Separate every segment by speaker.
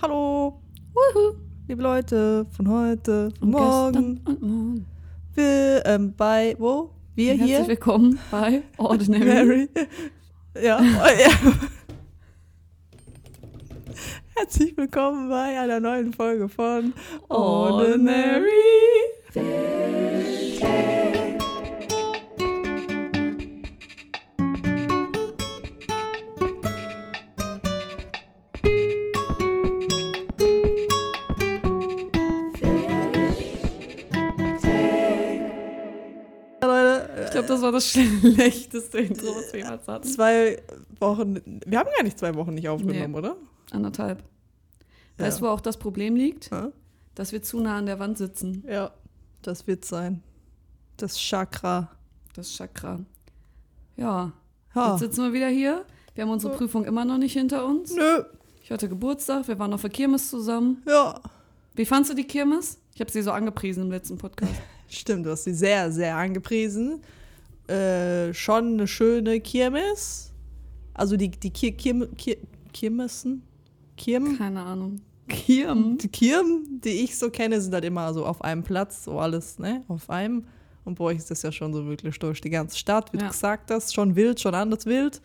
Speaker 1: Hallo,
Speaker 2: Wuhu.
Speaker 1: liebe Leute von heute, von
Speaker 2: Und
Speaker 1: morgen.
Speaker 2: gestern und morgen.
Speaker 1: Wir ähm, bei, wo? Wir
Speaker 2: Herzlich
Speaker 1: hier?
Speaker 2: willkommen bei Ordinary.
Speaker 1: Mary. Ja. oh, ja. Herzlich willkommen bei einer neuen Folge von Ordinary. Ja, Leute,
Speaker 2: Ich glaube, das war das schlechteste Intro, was wir jemals hatten.
Speaker 1: zwei Wochen. Wir haben gar nicht zwei Wochen nicht aufgenommen, oder?
Speaker 2: Anderthalb.
Speaker 1: Ja.
Speaker 2: Weißt du, wo auch das Problem liegt?
Speaker 1: Ja.
Speaker 2: Dass wir zu nah an der Wand sitzen.
Speaker 1: Ja, das wird sein. Das Chakra.
Speaker 2: Das Chakra. Ja.
Speaker 1: Ha.
Speaker 2: Jetzt sitzen wir wieder hier. Wir haben unsere Prüfung immer noch nicht hinter uns.
Speaker 1: Nö,
Speaker 2: Ich hatte Geburtstag, wir waren auf der Kirmes zusammen.
Speaker 1: ja.
Speaker 2: Wie fandst du die Kirmes? Ich habe sie so angepriesen im letzten Podcast.
Speaker 1: Stimmt, du hast sie sehr, sehr angepriesen. Äh, schon eine schöne Kirmes. Also die, die Kir Kirm Kir Kirmessen? Kirm?
Speaker 2: Keine Ahnung. Kirm?
Speaker 1: Die Kirmen, die ich so kenne, sind halt immer so auf einem Platz, so alles, ne? Auf einem. Und bei euch ist das ja schon so wirklich durch die ganze Stadt, wie du
Speaker 2: Ja.
Speaker 1: gesagt hast. Schon wild, schon anders wild.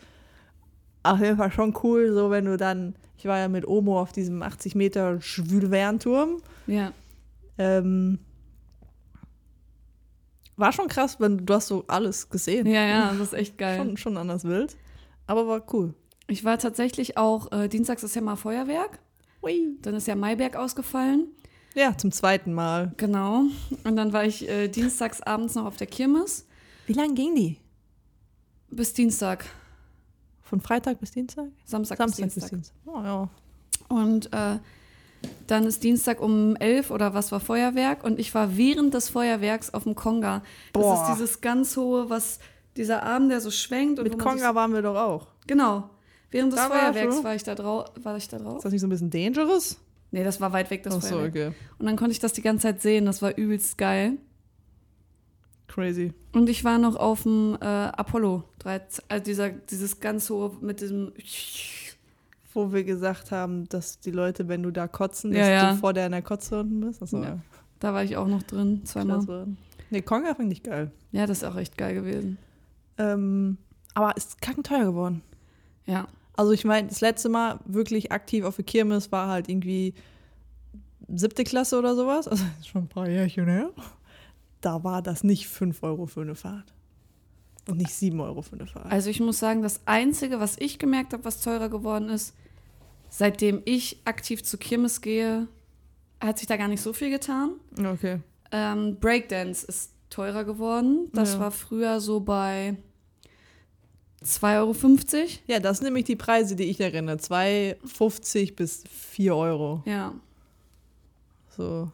Speaker 1: Auf jeden Fall schon cool, so wenn du dann, ich war ja mit Omo auf diesem 80 Meter Schwülwernturm.
Speaker 2: Ja.
Speaker 1: Ähm, war schon krass, wenn du hast so alles gesehen.
Speaker 2: Ja, ja, das ist echt geil.
Speaker 1: Schon, schon anders wild. Aber war cool.
Speaker 2: Ich war tatsächlich auch, äh, dienstags ist ja mal Feuerwerk,
Speaker 1: Ui.
Speaker 2: dann ist ja Maiberg ausgefallen.
Speaker 1: Ja, zum zweiten Mal.
Speaker 2: Genau. Und dann war ich äh, dienstags abends noch auf der Kirmes
Speaker 1: Wie lange ging die?
Speaker 2: bis Dienstag,
Speaker 1: Von Freitag bis Dienstag?
Speaker 2: Samstag,
Speaker 1: Samstag
Speaker 2: bis Dienstag.
Speaker 1: bis Dienstag. Oh ja.
Speaker 2: Und äh, dann ist Dienstag um elf oder was war Feuerwerk und ich war während des Feuerwerks auf dem Konga. Das
Speaker 1: Boah.
Speaker 2: ist dieses ganz hohe, was dieser Arm, der so schwenkt. Und
Speaker 1: Mit
Speaker 2: wo man
Speaker 1: Konga waren wir doch auch.
Speaker 2: Sich, genau. Während des
Speaker 1: Da warst
Speaker 2: Feuerwerks
Speaker 1: du?
Speaker 2: war ich da drauf. War ich da drauf?
Speaker 1: Ist das nicht so ein bisschen dangerous?
Speaker 2: Nee, das war weit weg, das
Speaker 1: Ach so,
Speaker 2: Feuerwerk.
Speaker 1: okay.
Speaker 2: Und dann konnte ich das die ganze Zeit sehen. Das war übelst geil.
Speaker 1: Crazy.
Speaker 2: Und ich war noch auf dem äh, Apollo 13, also dieser, dieses ganz hohe mit diesem.
Speaker 1: Wo wir gesagt haben, dass die Leute, wenn du da kotzen,
Speaker 2: Ja,
Speaker 1: dass
Speaker 2: ja.
Speaker 1: du vor der in der Kotze unten bist. Achso,
Speaker 2: Ja,
Speaker 1: ja.
Speaker 2: Da war ich auch noch drin, zweimal.
Speaker 1: Klasse. Nee, Konga fand ich geil.
Speaker 2: Ja, das ist auch echt geil gewesen.
Speaker 1: Ähm, aber ist kackenteuer geworden.
Speaker 2: Ja,
Speaker 1: Also ich meine, das letzte Mal wirklich aktiv auf der Kirmes war halt irgendwie siebte Klasse oder sowas. Also ist schon ein paar Jährchen her. Da war das nicht 5 Euro für eine Fahrt. Und nicht 7 Euro für eine Fahrt.
Speaker 2: also ich muss sagen, das Einzige, was ich gemerkt habe, was teurer geworden ist, seitdem ich aktiv zu Kirmes gehe, hat sich da gar nicht so viel getan.
Speaker 1: Okay.
Speaker 2: Ähm, Breakdance ist teurer geworden. Das
Speaker 1: Ja.
Speaker 2: war früher so bei 2,50 Euro.
Speaker 1: Ja, das sind nämlich die Preise, die ich erinnere. 2,50 bis 4 Euro.
Speaker 2: Ja.
Speaker 1: So.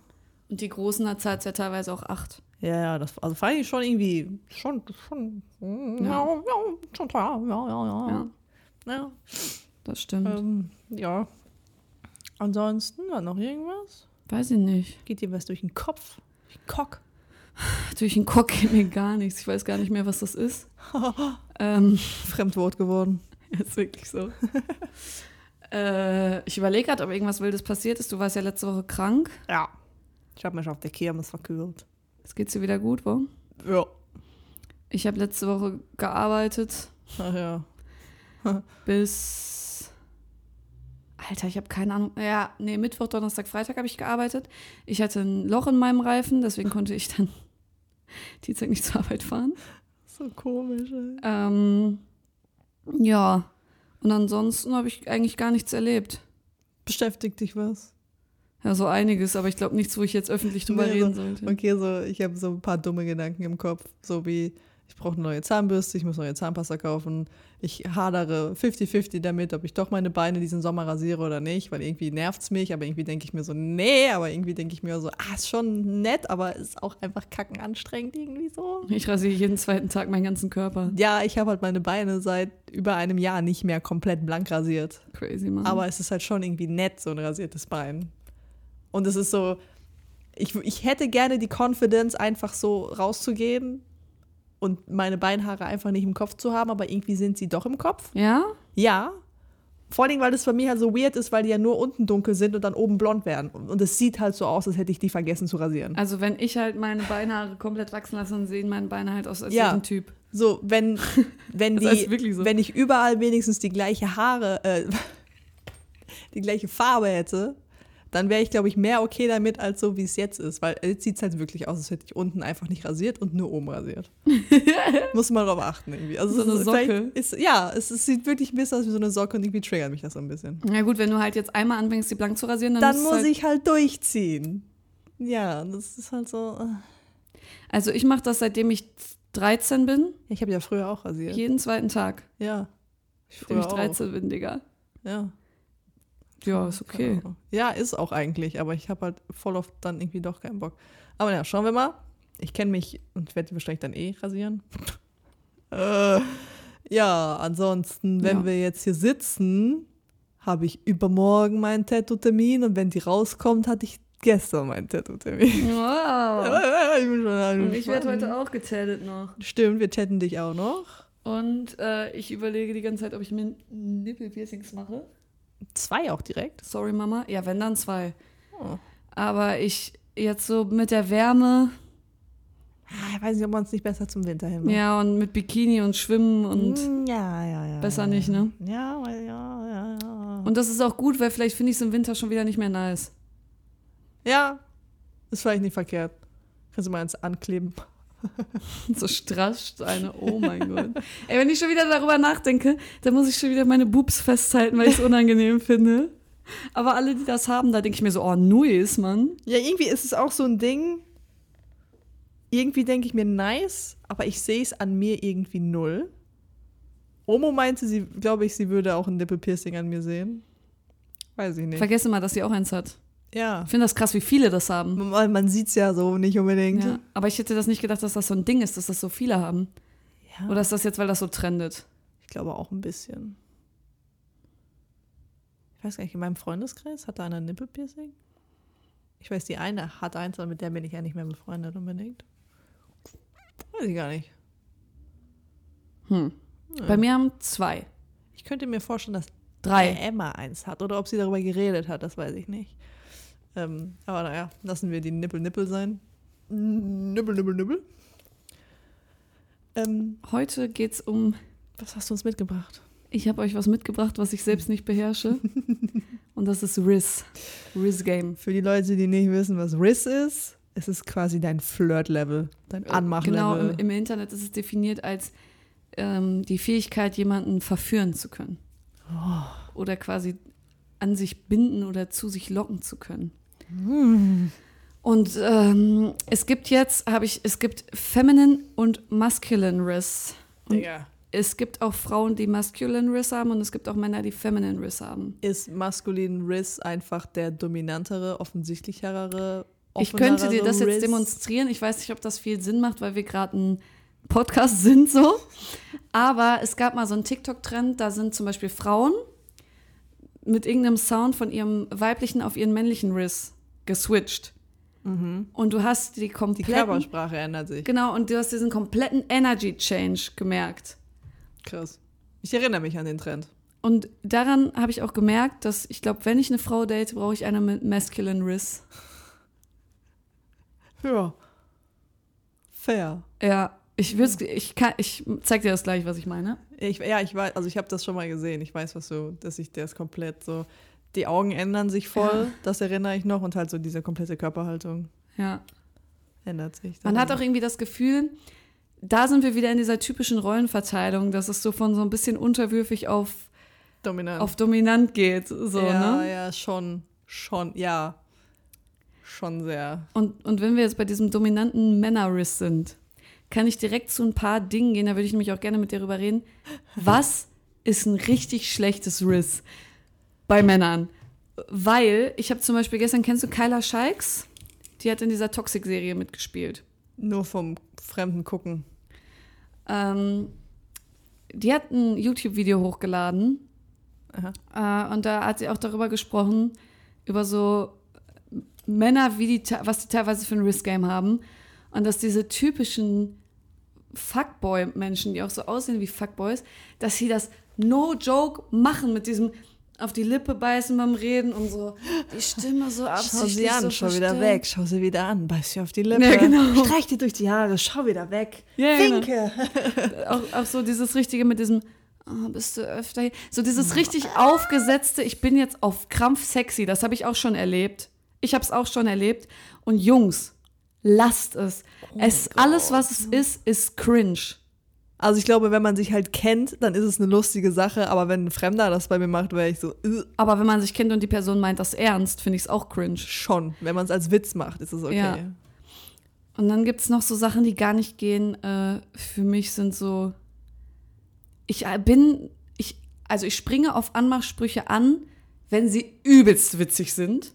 Speaker 2: Und die Großen, da zahlt ja teilweise auch 8.
Speaker 1: Ja, ja, das also fand ich schon irgendwie schon, schon, ja, ja, schon teuer, ja, ja, ja.
Speaker 2: Ja,
Speaker 1: ja.
Speaker 2: das stimmt.
Speaker 1: Ähm, ja. Ansonsten war noch irgendwas?
Speaker 2: Weiß ich nicht.
Speaker 1: Geht dir was durch den Kopf? Kock.
Speaker 2: Durch den Kock geht mir gar nichts. Ich weiß gar nicht mehr, was das ist. ähm,
Speaker 1: Fremdwort geworden.
Speaker 2: ist wirklich so. äh, ich überlege gerade, ob irgendwas Wildes passiert ist. Du warst ja letzte Woche krank.
Speaker 1: Ja. Ich habe mich auf der Kirmes verkühlt.
Speaker 2: Jetzt geht's dir wieder gut, wo?
Speaker 1: Ja.
Speaker 2: Ich habe letzte Woche gearbeitet
Speaker 1: Ach ja.
Speaker 2: bis. Alter, ich habe keine Ahnung. Ja, nee, Mittwoch, Donnerstag, Freitag habe ich gearbeitet. Ich hatte ein Loch in meinem Reifen, deswegen konnte ich dann Dienstag nicht zur Arbeit fahren.
Speaker 1: So komisch, ey.
Speaker 2: Ähm, ja. Und ansonsten habe ich eigentlich gar nichts erlebt.
Speaker 1: Beschäftigt dich was?
Speaker 2: Ja, so einiges, aber ich glaube nichts, wo ich jetzt öffentlich drüber
Speaker 1: Nee,
Speaker 2: reden sollte.
Speaker 1: Okay, so ich habe so ein paar dumme Gedanken im Kopf. So wie, ich brauche eine neue Zahnbürste, ich muss neue Zahnpasta kaufen. Ich hadere 50-50 damit, ob ich doch meine Beine diesen Sommer rasiere oder nicht, weil irgendwie nervt es mich, aber irgendwie denke ich mir so, nee, aber irgendwie denke ich mir so, ah, ist schon nett, aber ist auch einfach kacken anstrengend irgendwie so.
Speaker 2: Ich rasiere jeden zweiten Tag meinen ganzen Körper.
Speaker 1: Ja, ich habe halt meine Beine seit über einem Jahr nicht mehr komplett blank rasiert.
Speaker 2: Crazy, Mann.
Speaker 1: Aber es ist halt schon irgendwie nett, so ein rasiertes Bein. Und es ist so, ich, ich hätte gerne die Confidence, einfach so rauszugehen und meine Beinhaare einfach nicht im Kopf zu haben, aber irgendwie sind sie doch im Kopf.
Speaker 2: ja?
Speaker 1: Ja, Vor allen Dingen, weil das bei mir halt so weird ist, weil die ja nur unten dunkel sind und dann oben blond werden. Und es sieht halt so aus, als hätte ich die vergessen zu rasieren.
Speaker 2: Also wenn ich halt meine Beinhaare komplett wachsen lasse, dann sehen meine Beine halt aus als
Speaker 1: Ja.
Speaker 2: ja. ein Typ.
Speaker 1: So, wenn, wenn,
Speaker 2: Das
Speaker 1: die,
Speaker 2: heißt wirklich so.
Speaker 1: wenn ich überall wenigstens die gleiche Haare, äh, die gleiche Farbe hätte, dann wäre ich, glaube ich, mehr okay damit, als so, wie es jetzt ist. Weil jetzt sieht es halt wirklich aus, als hätte ich unten einfach nicht rasiert und nur oben rasiert. Muss man darauf achten irgendwie. Also
Speaker 2: So
Speaker 1: es ist
Speaker 2: eine
Speaker 1: vielleicht-
Speaker 2: Socke.
Speaker 1: Ist, ja, es, es sieht wirklich ein bisschen aus wie so eine Socke und irgendwie triggert mich das so ein bisschen.
Speaker 2: Na gut, wenn du halt jetzt einmal anfängst, die blank zu rasieren, dann,
Speaker 1: Dann
Speaker 2: ist es
Speaker 1: muss
Speaker 2: halt,
Speaker 1: ich halt durchziehen. Ja, das ist halt so. äh.
Speaker 2: Also ich mache das, seitdem ich 13 bin,
Speaker 1: Ich habe ja früher auch rasiert.
Speaker 2: jeden zweiten Tag,
Speaker 1: ja. Ich
Speaker 2: seitdem ich
Speaker 1: auch.
Speaker 2: 13 bin, Digga.
Speaker 1: Ja.
Speaker 2: Ja, ist
Speaker 1: Keine
Speaker 2: okay.
Speaker 1: Ahnung. Ja, ist auch eigentlich, aber ich habe halt voll oft dann irgendwie doch keinen Bock. Aber ja, schauen wir mal. Ich kenne mich und werde wahrscheinlich dann eh rasieren. äh, ja, ansonsten, wenn
Speaker 2: Ja.
Speaker 1: wir jetzt hier sitzen, habe ich übermorgen meinen Tattoo-Termin und wenn die rauskommt, hatte ich gestern meinen Tattoo-Termin.
Speaker 2: Wow.
Speaker 1: ich bin schon
Speaker 2: Und ich werde heute auch getattet noch.
Speaker 1: Stimmt, wir chatten dich auch noch.
Speaker 2: Und äh, ich überlege die ganze Zeit, ob ich mir Nippelpiercings mache.
Speaker 1: Zwei auch direkt.
Speaker 2: Sorry, Mama. Ja, wenn dann zwei.
Speaker 1: Oh.
Speaker 2: Aber ich jetzt so mit der Wärme,
Speaker 1: Ah, Ich weiß nicht, ob man es nicht besser zum Winter hin macht.
Speaker 2: ja, und mit Bikini und Schwimmen und
Speaker 1: Mm, ja, ja, ja.
Speaker 2: besser
Speaker 1: ja.
Speaker 2: nicht, ne?
Speaker 1: Ja, weil- ja, ja, ja.
Speaker 2: Und das ist auch gut, weil vielleicht finde ich es im Winter schon wieder nicht mehr nice.
Speaker 1: ja, ist vielleicht nicht verkehrt. Kannst du mal eins ankleben.
Speaker 2: So strascht eine, oh mein Gott. Ey, wenn ich schon wieder darüber nachdenke, dann muss ich schon wieder meine Boobs festhalten, weil ich es unangenehm finde. Aber alle, die das haben, da denke ich mir so, oh, nice, Mann.
Speaker 1: Ja, irgendwie ist es auch so ein Ding. Irgendwie denke ich mir nice, aber ich sehe es an mir irgendwie null. Omo meinte, sie, glaube ich, sie würde auch ein Nippelpiercing an mir sehen. Weiß ich nicht.
Speaker 2: Vergesse mal, dass sie auch eins hat.
Speaker 1: Ja.
Speaker 2: Ich finde das krass, wie viele das haben.
Speaker 1: Man, man sieht es ja so nicht unbedingt.
Speaker 2: Ja. Aber ich hätte das nicht gedacht, dass das so ein Ding ist, dass das so viele haben.
Speaker 1: Ja.
Speaker 2: Oder ist das jetzt, weil das so trendet?
Speaker 1: Ich glaube auch ein bisschen. Ich weiß gar nicht, in meinem Freundeskreis hat da einer ein Nippelpiercing? Ich weiß, die eine hat eins, aber mit der bin ich ja nicht mehr befreundet unbedingt. Weiß ich gar nicht.
Speaker 2: Hm. Bei mir haben zwei.
Speaker 1: Ich könnte mir vorstellen, dass
Speaker 2: Drei.
Speaker 1: Emma eins hat oder ob sie darüber geredet hat, das weiß ich nicht. Ähm, aber naja, lassen wir die Nippel-Nippel sein. Nippel-Nippel-Nippel. Ähm,
Speaker 2: Heute geht's um.
Speaker 1: was hast du uns mitgebracht?
Speaker 2: Ich habe euch was mitgebracht, was ich selbst nicht beherrsche. Und das ist Riz. Riz Game.
Speaker 1: Für die Leute, die nicht wissen, was Riss ist, es ist quasi dein Flirt-Level, dein
Speaker 2: Genau,
Speaker 1: Anmach-Level.
Speaker 2: im, im Internet ist es definiert als ähm, die Fähigkeit, jemanden verführen zu können. Oder quasi an sich binden oder zu sich locken zu können. Und ähm, es gibt jetzt, habe ich, es gibt Feminine und Masculine Riss. Und
Speaker 1: Digga.
Speaker 2: es gibt auch Frauen, die Masculine Riss haben und es gibt auch Männer, die Feminine Riss haben.
Speaker 1: Ist maskulin Riss einfach der dominantere, offensichtlichere,
Speaker 2: Ich könnte dir
Speaker 1: offenere
Speaker 2: das jetzt
Speaker 1: Riss?
Speaker 2: demonstrieren. Ich weiß nicht, ob das viel Sinn macht, weil wir gerade ein Podcast sind so. Aber es gab mal so einen TikTok-Trend, da sind zum Beispiel Frauen mit irgendeinem Sound von ihrem weiblichen auf ihren männlichen Riss geswitcht. Und du hast die
Speaker 1: Die
Speaker 2: kompletten,
Speaker 1: Körpersprache ändert sich.
Speaker 2: genau, und du hast diesen kompletten Energy Change gemerkt.
Speaker 1: Krass. Ich erinnere mich an den Trend.
Speaker 2: Und daran habe ich auch gemerkt, dass ich glaube, wenn ich eine Frau date, brauche ich eine mit masculine Riss.
Speaker 1: Ja. Fair.
Speaker 2: Ja, ich würde, ich kann, ich zeig dir das gleich, was ich meine.
Speaker 1: Ich, ja, ich weiß, also ich habe das schon mal gesehen. Ich weiß, was so, dass ich das komplett so. Die Augen ändern sich voll, das erinnere ich noch. Und halt so diese komplette Körperhaltung
Speaker 2: Ja.
Speaker 1: ändert sich.
Speaker 2: Man hat auch irgendwie das Gefühl, da sind wir wieder in dieser typischen Rollenverteilung, dass es so von so ein bisschen unterwürfig auf,
Speaker 1: dominant.
Speaker 2: auf dominant geht. So,
Speaker 1: ja,
Speaker 2: ne?
Speaker 1: ja, schon, schon, ja. Schon sehr.
Speaker 2: Und, und wenn wir jetzt bei diesem dominanten Männerriss sind, kann ich direkt zu ein paar Dingen gehen, da würde ich nämlich auch gerne mit dir drüber reden. Was ist ein richtig schlechtes Riss bei Männern? Weil, ich habe zum Beispiel gestern, kennst du Kyla Scheiks? Die hat in dieser Toxic-Serie mitgespielt.
Speaker 1: Nur vom fremden Gucken.
Speaker 2: Ähm, die hat ein YouTube-Video hochgeladen
Speaker 1: Aha.
Speaker 2: Äh, und da hat sie auch darüber gesprochen, über so Männer, wie die, te- was die teilweise für ein Risk-Game haben. Und dass diese typischen Fuckboy-Menschen, die auch so aussehen wie Fuckboys, dass sie das no joke machen mit diesem, auf die Lippe beißen beim Reden und so die Stimme so
Speaker 1: Schau
Speaker 2: absichtlich
Speaker 1: sie an,
Speaker 2: so
Speaker 1: schau wieder
Speaker 2: verstellen.
Speaker 1: weg, schau sie wieder an, beiß sie auf die Lippe.
Speaker 2: Ja, genau.
Speaker 1: Streich dir durch die Haare, schau wieder weg.
Speaker 2: Ja, ja, genau.
Speaker 1: Winke.
Speaker 2: Auch, auch so dieses richtige mit diesem "Ah, bist du öfter hier? So dieses richtig aufgesetzte, ich bin jetzt auf Krampf sexy, das habe ich auch schon erlebt. Ich habe es auch schon erlebt. Und Jungs, lasst es. es alles, was es ist, ist cringe.
Speaker 1: Also ich glaube, wenn man sich halt kennt, dann ist es eine lustige Sache, aber wenn ein Fremder das bei mir macht, wäre ich so, äh,
Speaker 2: Aber wenn man sich kennt und die Person meint das ernst, finde ich es auch cringe.
Speaker 1: schon. Wenn man es als Witz macht, ist es okay.
Speaker 2: Ja. Und dann gibt es noch so Sachen, die gar nicht gehen. Äh, für mich sind so. Ich äh, bin. Ich, also ich springe auf Anmachsprüche an, wenn sie übelst witzig sind.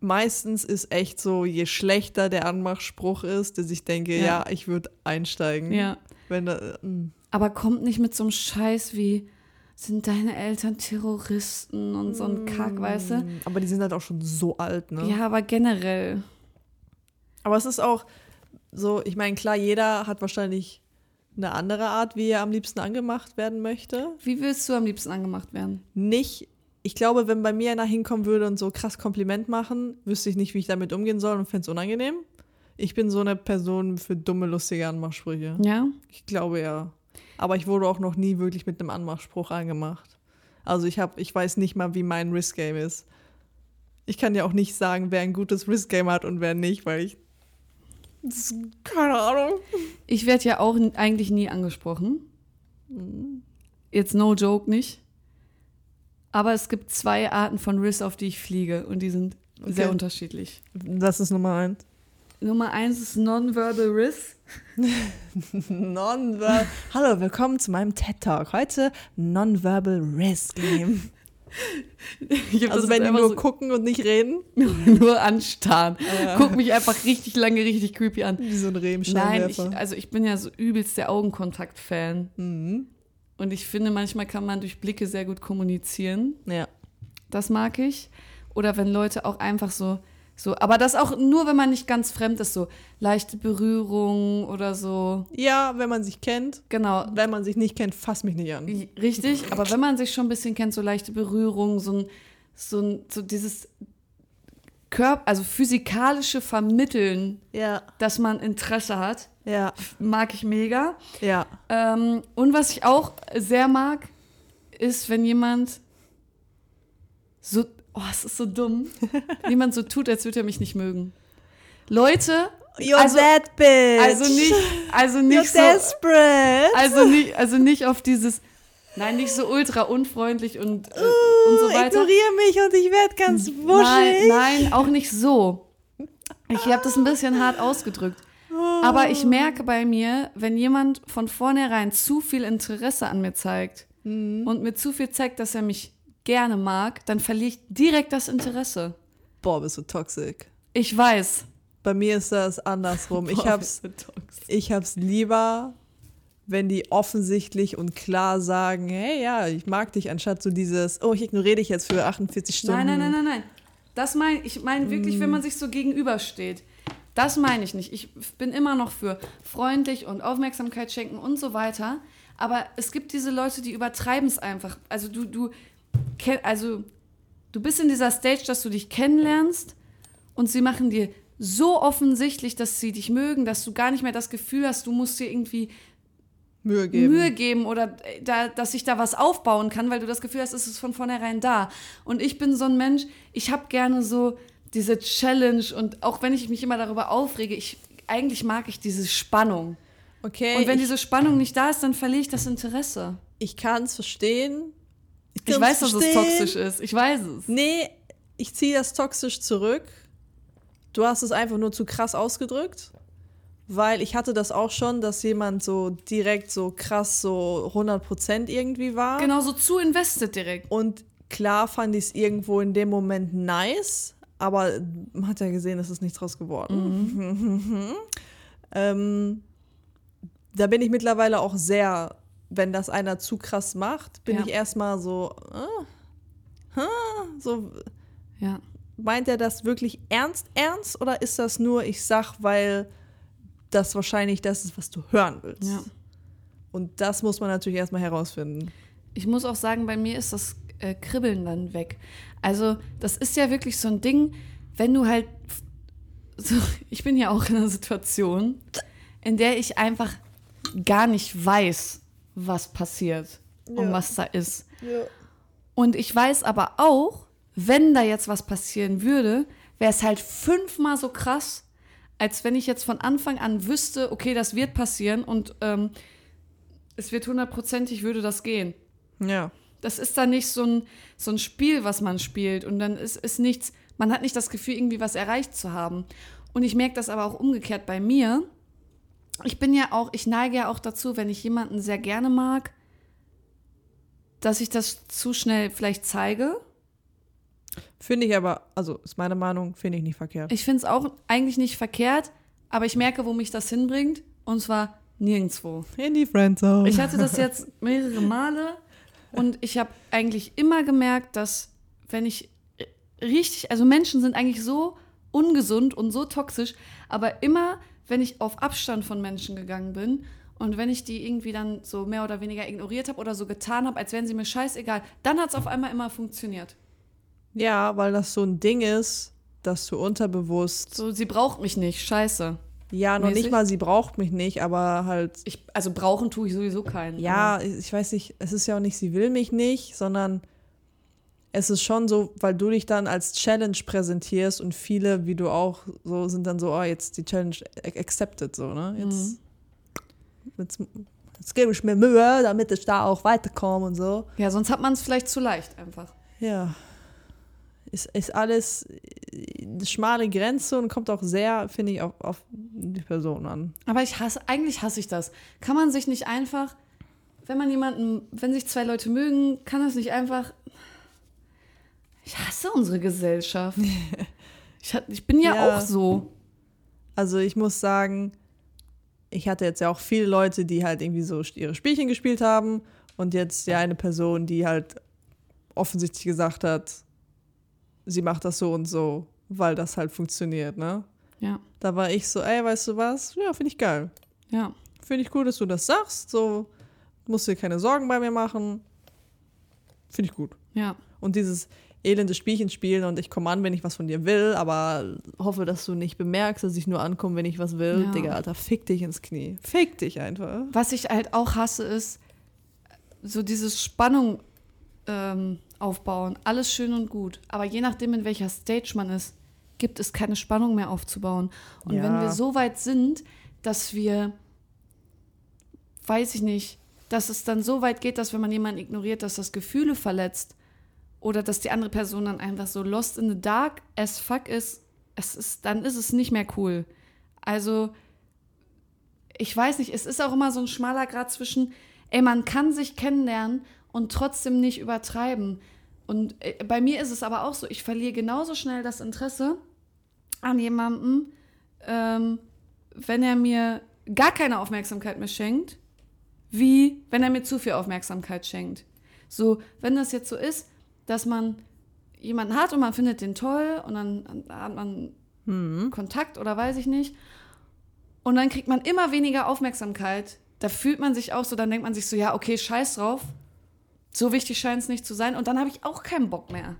Speaker 1: Meistens ist echt so, je schlechter der Anmachspruch ist, dass ich denke, ja,
Speaker 2: Ja.
Speaker 1: ich würde einsteigen.
Speaker 2: Ja.
Speaker 1: Wenn da, äh, mh.
Speaker 2: Aber kommt nicht mit so einem Scheiß wie, sind deine Eltern Terroristen und so ein Kack, weißt du?
Speaker 1: aber die sind halt auch schon so alt, ne?
Speaker 2: Mm, Ja, aber generell.
Speaker 1: Aber es ist auch so, ich meine, klar, jeder hat wahrscheinlich eine andere Art, wie er am liebsten angemacht werden möchte.
Speaker 2: Wie willst du am liebsten angemacht werden?
Speaker 1: Nicht, ich glaube, wenn bei mir einer hinkommen würde und so krass Kompliment machen, wüsste ich nicht, wie ich damit umgehen soll und fände es unangenehm. Ich bin so eine Person für dumme, lustige Anmachsprüche.
Speaker 2: Ja?
Speaker 1: Ich glaube ja. Aber ich wurde auch noch nie wirklich mit einem Anmachspruch angemacht. Also ich habe, ich weiß nicht mal, wie mein Risk Game ist. Ich kann ja auch nicht sagen, wer ein gutes Risk Game hat und wer nicht, weil ich das, keine Ahnung.
Speaker 2: Ich werde ja auch n- eigentlich nie angesprochen. Mm. Jetzt no joke nicht. Aber es gibt zwei Arten von Riss, auf die ich fliege und die sind
Speaker 1: Okay.
Speaker 2: sehr unterschiedlich.
Speaker 1: Das ist Nummer eins.
Speaker 2: Nummer eins ist Nonverbal Riss.
Speaker 1: Nonverbal. Hallo, willkommen zu meinem TED Talk. Heute Nonverbal Risk Game.
Speaker 2: Ich hab
Speaker 1: Also
Speaker 2: das
Speaker 1: wenn die
Speaker 2: einfach
Speaker 1: nur gucken und nicht reden,
Speaker 2: so, Ah. nur anstarren. Guck mich einfach richtig lange, richtig creepy an.
Speaker 1: wie so ein Reh im
Speaker 2: Nein, äh, ich,
Speaker 1: Scheinwerfer.
Speaker 2: also ich bin ja so übelst der Augenkontakt-Fan.
Speaker 1: Mhm.
Speaker 2: Und ich finde, manchmal kann man durch Blicke sehr gut kommunizieren.
Speaker 1: ja.
Speaker 2: Das mag ich. Oder wenn Leute auch einfach so, so, aber das auch nur, wenn man nicht ganz fremd ist, so leichte Berührung oder so.
Speaker 1: ja, wenn man sich kennt.
Speaker 2: Genau,
Speaker 1: Wenn man sich nicht kennt, fass mich nicht an.
Speaker 2: richtig. Aber wenn man sich schon ein bisschen kennt, so leichte Berührung, so ein, so ein, so dieses Körper, also physikalische Vermitteln,
Speaker 1: Ja,
Speaker 2: dass man Interesse hat,
Speaker 1: ja,
Speaker 2: mag ich mega.
Speaker 1: ja.
Speaker 2: Ähm, und was ich auch sehr mag, ist, wenn jemand so, oh, es ist so dumm, jemand so tut, als würde er mich nicht mögen. Leute,
Speaker 1: You're
Speaker 2: also,
Speaker 1: that bitch.
Speaker 2: also nicht, also
Speaker 1: Äh, You're
Speaker 2: nicht so,
Speaker 1: desperate.
Speaker 2: also nicht, also nicht auf dieses, nein, nicht so ultra unfreundlich und, äh, und so weiter.
Speaker 1: Ignoriere mich und ich werde ganz
Speaker 2: Nein,
Speaker 1: wuschig.
Speaker 2: nein, auch nicht so. Ich habe das ein bisschen hart ausgedrückt. Aber
Speaker 1: Oh.
Speaker 2: ich merke bei mir, wenn jemand von vornherein zu viel Interesse an mir zeigt
Speaker 1: Mhm.
Speaker 2: und mir zu viel zeigt, dass er mich gerne mag, dann verliere ich direkt das Interesse.
Speaker 1: Boah, bist du toxisch.
Speaker 2: Ich weiß.
Speaker 1: Bei mir ist das andersrum. Ich hab's, ich hab's lieber, wenn die offensichtlich und klar sagen, hey, ja, ich mag dich, anstatt so dieses, oh, ich ignoriere dich jetzt für 48 Stunden.
Speaker 2: Nein, nein, nein, nein, nein. Das meine ich meine wirklich, wenn man sich so gegenübersteht. Das meine ich nicht. Ich bin immer noch für freundlich und Aufmerksamkeit schenken und so weiter. Aber es gibt diese Leute, die übertreiben es einfach. Also du, du, ken- also du bist in dieser Stage, dass du dich kennenlernst und sie machen dir so offensichtlich, dass sie dich mögen, dass du gar nicht mehr das Gefühl hast, du musst dir irgendwie
Speaker 1: Mühe geben.
Speaker 2: Mühe geben oder äh, da, dass ich da was aufbauen kann, weil du das Gefühl hast, es ist von vornherein da. Und ich bin so ein Mensch, ich habe gerne so diese Challenge und auch wenn ich mich immer darüber aufrege, ich eigentlich mag ich diese Spannung.
Speaker 1: Okay,
Speaker 2: Und wenn
Speaker 1: ich,
Speaker 2: diese Spannung nicht da ist, dann verliere ich das Interesse.
Speaker 1: ich kann's verstehen.
Speaker 2: Ich
Speaker 1: kann's
Speaker 2: weiß, dass es
Speaker 1: verstehen.
Speaker 2: toxisch ist. Ich weiß es.
Speaker 1: Nee, ich ziehe das toxisch zurück. Du hast es einfach nur zu krass ausgedrückt. Weil ich hatte das auch schon, dass jemand so direkt so krass so 100% irgendwie war.
Speaker 2: Genauso zu invested direkt.
Speaker 1: Und klar fand ich es irgendwo in dem Moment nice, aber man hat ja gesehen, es ist nichts draus geworden. ähm, da bin ich mittlerweile auch sehr, wenn das einer zu krass macht, bin
Speaker 2: Ja.
Speaker 1: ich erstmal so, ah, ah, so,
Speaker 2: Ja.
Speaker 1: meint er das wirklich ernst, ernst oder ist das nur, ich sag, weil das wahrscheinlich das ist, was du hören willst?
Speaker 2: Ja.
Speaker 1: Und das muss man natürlich erstmal herausfinden.
Speaker 2: Ich muss auch sagen, bei mir ist das äh, kribbeln dann weg. Also das ist ja wirklich so ein Ding, wenn du halt, so, ich bin ja auch in einer Situation, in der ich einfach gar nicht weiß, was passiert und
Speaker 1: Ja.
Speaker 2: was da ist.
Speaker 1: Ja.
Speaker 2: Und ich weiß aber auch, wenn da jetzt was passieren würde, wäre es halt fünfmal so krass, als wenn ich jetzt von Anfang an wüsste, okay, das wird passieren und ähm, es wird hundertprozentig, würde das gehen.
Speaker 1: Ja.
Speaker 2: Das ist dann nicht so ein, so ein Spiel, was man spielt. Und dann ist, ist nichts, man hat nicht das Gefühl, irgendwie was erreicht zu haben. Und ich merke das aber auch umgekehrt bei mir. Ich bin ja auch, ich neige ja auch dazu, wenn ich jemanden sehr gerne mag, dass ich das zu schnell vielleicht zeige.
Speaker 1: Finde ich aber, also ist meine Meinung, finde ich nicht verkehrt.
Speaker 2: Ich finde es auch eigentlich nicht verkehrt, aber ich merke, wo mich das hinbringt. Und zwar nirgendwo.
Speaker 1: In die Friendzone.
Speaker 2: Ich hatte das jetzt mehrere Male und ich habe eigentlich immer gemerkt, dass wenn ich richtig, also Menschen sind eigentlich so ungesund und so toxisch, aber immer, wenn ich auf Abstand von Menschen gegangen bin und wenn ich die irgendwie dann so mehr oder weniger ignoriert habe oder so getan habe, als wären sie mir scheißegal, dann hat es auf einmal immer funktioniert.
Speaker 1: ja, weil das so ein Ding ist, dass du unterbewusst,
Speaker 2: So, sie braucht mich nicht, scheiße.
Speaker 1: ja, noch
Speaker 2: mäßig?
Speaker 1: nicht mal, sie braucht mich nicht, aber halt,
Speaker 2: Ich, also brauchen tue ich sowieso keinen.
Speaker 1: ja, ich ich weiß nicht, es ist ja auch nicht, sie will mich nicht, sondern es ist schon so, weil du dich dann als Challenge präsentierst und viele, wie du auch, so sind dann so, oh, jetzt die Challenge ac- accepted, so, ne? Jetzt, jetzt, jetzt gebe ich mir Mühe, damit ich da auch weiterkomme und so.
Speaker 2: ja sonst hat man es vielleicht zu leicht einfach.
Speaker 1: Ja. Ist, ist alles äh, eine schmale Grenze und kommt auch sehr, finde ich, auf, auf die Person an.
Speaker 2: Aber ich hasse, eigentlich hasse ich das. Kann man sich nicht einfach, wenn man jemanden, wenn sich zwei Leute mögen, kann das nicht einfach. Ich hasse unsere Gesellschaft. Ich, hat, ich bin ja,
Speaker 1: Ja.
Speaker 2: auch so.
Speaker 1: Also ich muss sagen, ich hatte jetzt ja auch viele Leute, die halt irgendwie so ihre Spielchen gespielt haben und jetzt ja eine Person, die halt offensichtlich gesagt hat, sie macht das so und so, weil das halt funktioniert, ne?
Speaker 2: Ja,
Speaker 1: Da war ich so, ey, weißt du was? Ja, finde ich geil.
Speaker 2: ja.
Speaker 1: Finde ich cool, dass du das sagst. So, musst dir keine Sorgen bei mir machen. Finde ich gut.
Speaker 2: Ja,
Speaker 1: und dieses elende Spielchen spielen und ich komme an, wenn ich was von dir will, aber hoffe, dass du nicht bemerkst, dass ich nur ankomme, wenn ich was will.
Speaker 2: Ja.
Speaker 1: Digga, Alter, fick dich ins Knie. Fick dich einfach.
Speaker 2: was ich halt auch hasse, ist so dieses Spannung ähm, aufbauen. Alles schön und gut. Aber je nachdem, in welcher Stage man ist, gibt es keine Spannung mehr aufzubauen. Und
Speaker 1: Ja.
Speaker 2: wenn wir so weit sind, dass wir, weiß ich nicht, dass es dann so weit geht, dass wenn man jemanden ignoriert, dass das Gefühle verletzt oder dass die andere Person dann einfach so lost in the dark as fuck ist, es ist dann ist es nicht mehr cool. Also ich weiß nicht, es ist auch immer so ein schmaler Grad zwischen, ey, man kann sich kennenlernen und trotzdem nicht übertreiben. Und äh, bei mir ist es aber auch so, ich verliere genauso schnell das Interesse an jemandem, ähm, wenn er mir gar keine Aufmerksamkeit mehr schenkt, wie wenn er mir zu viel Aufmerksamkeit schenkt. So, wenn das jetzt so ist, dass man jemanden hat und man findet den toll und dann hat man Kontakt oder weiß ich nicht. Und dann kriegt man immer weniger Aufmerksamkeit. Da fühlt man sich auch so, dann denkt man sich so, ja, okay, scheiß drauf. So wichtig scheint es nicht zu sein. Und dann habe ich auch keinen Bock mehr.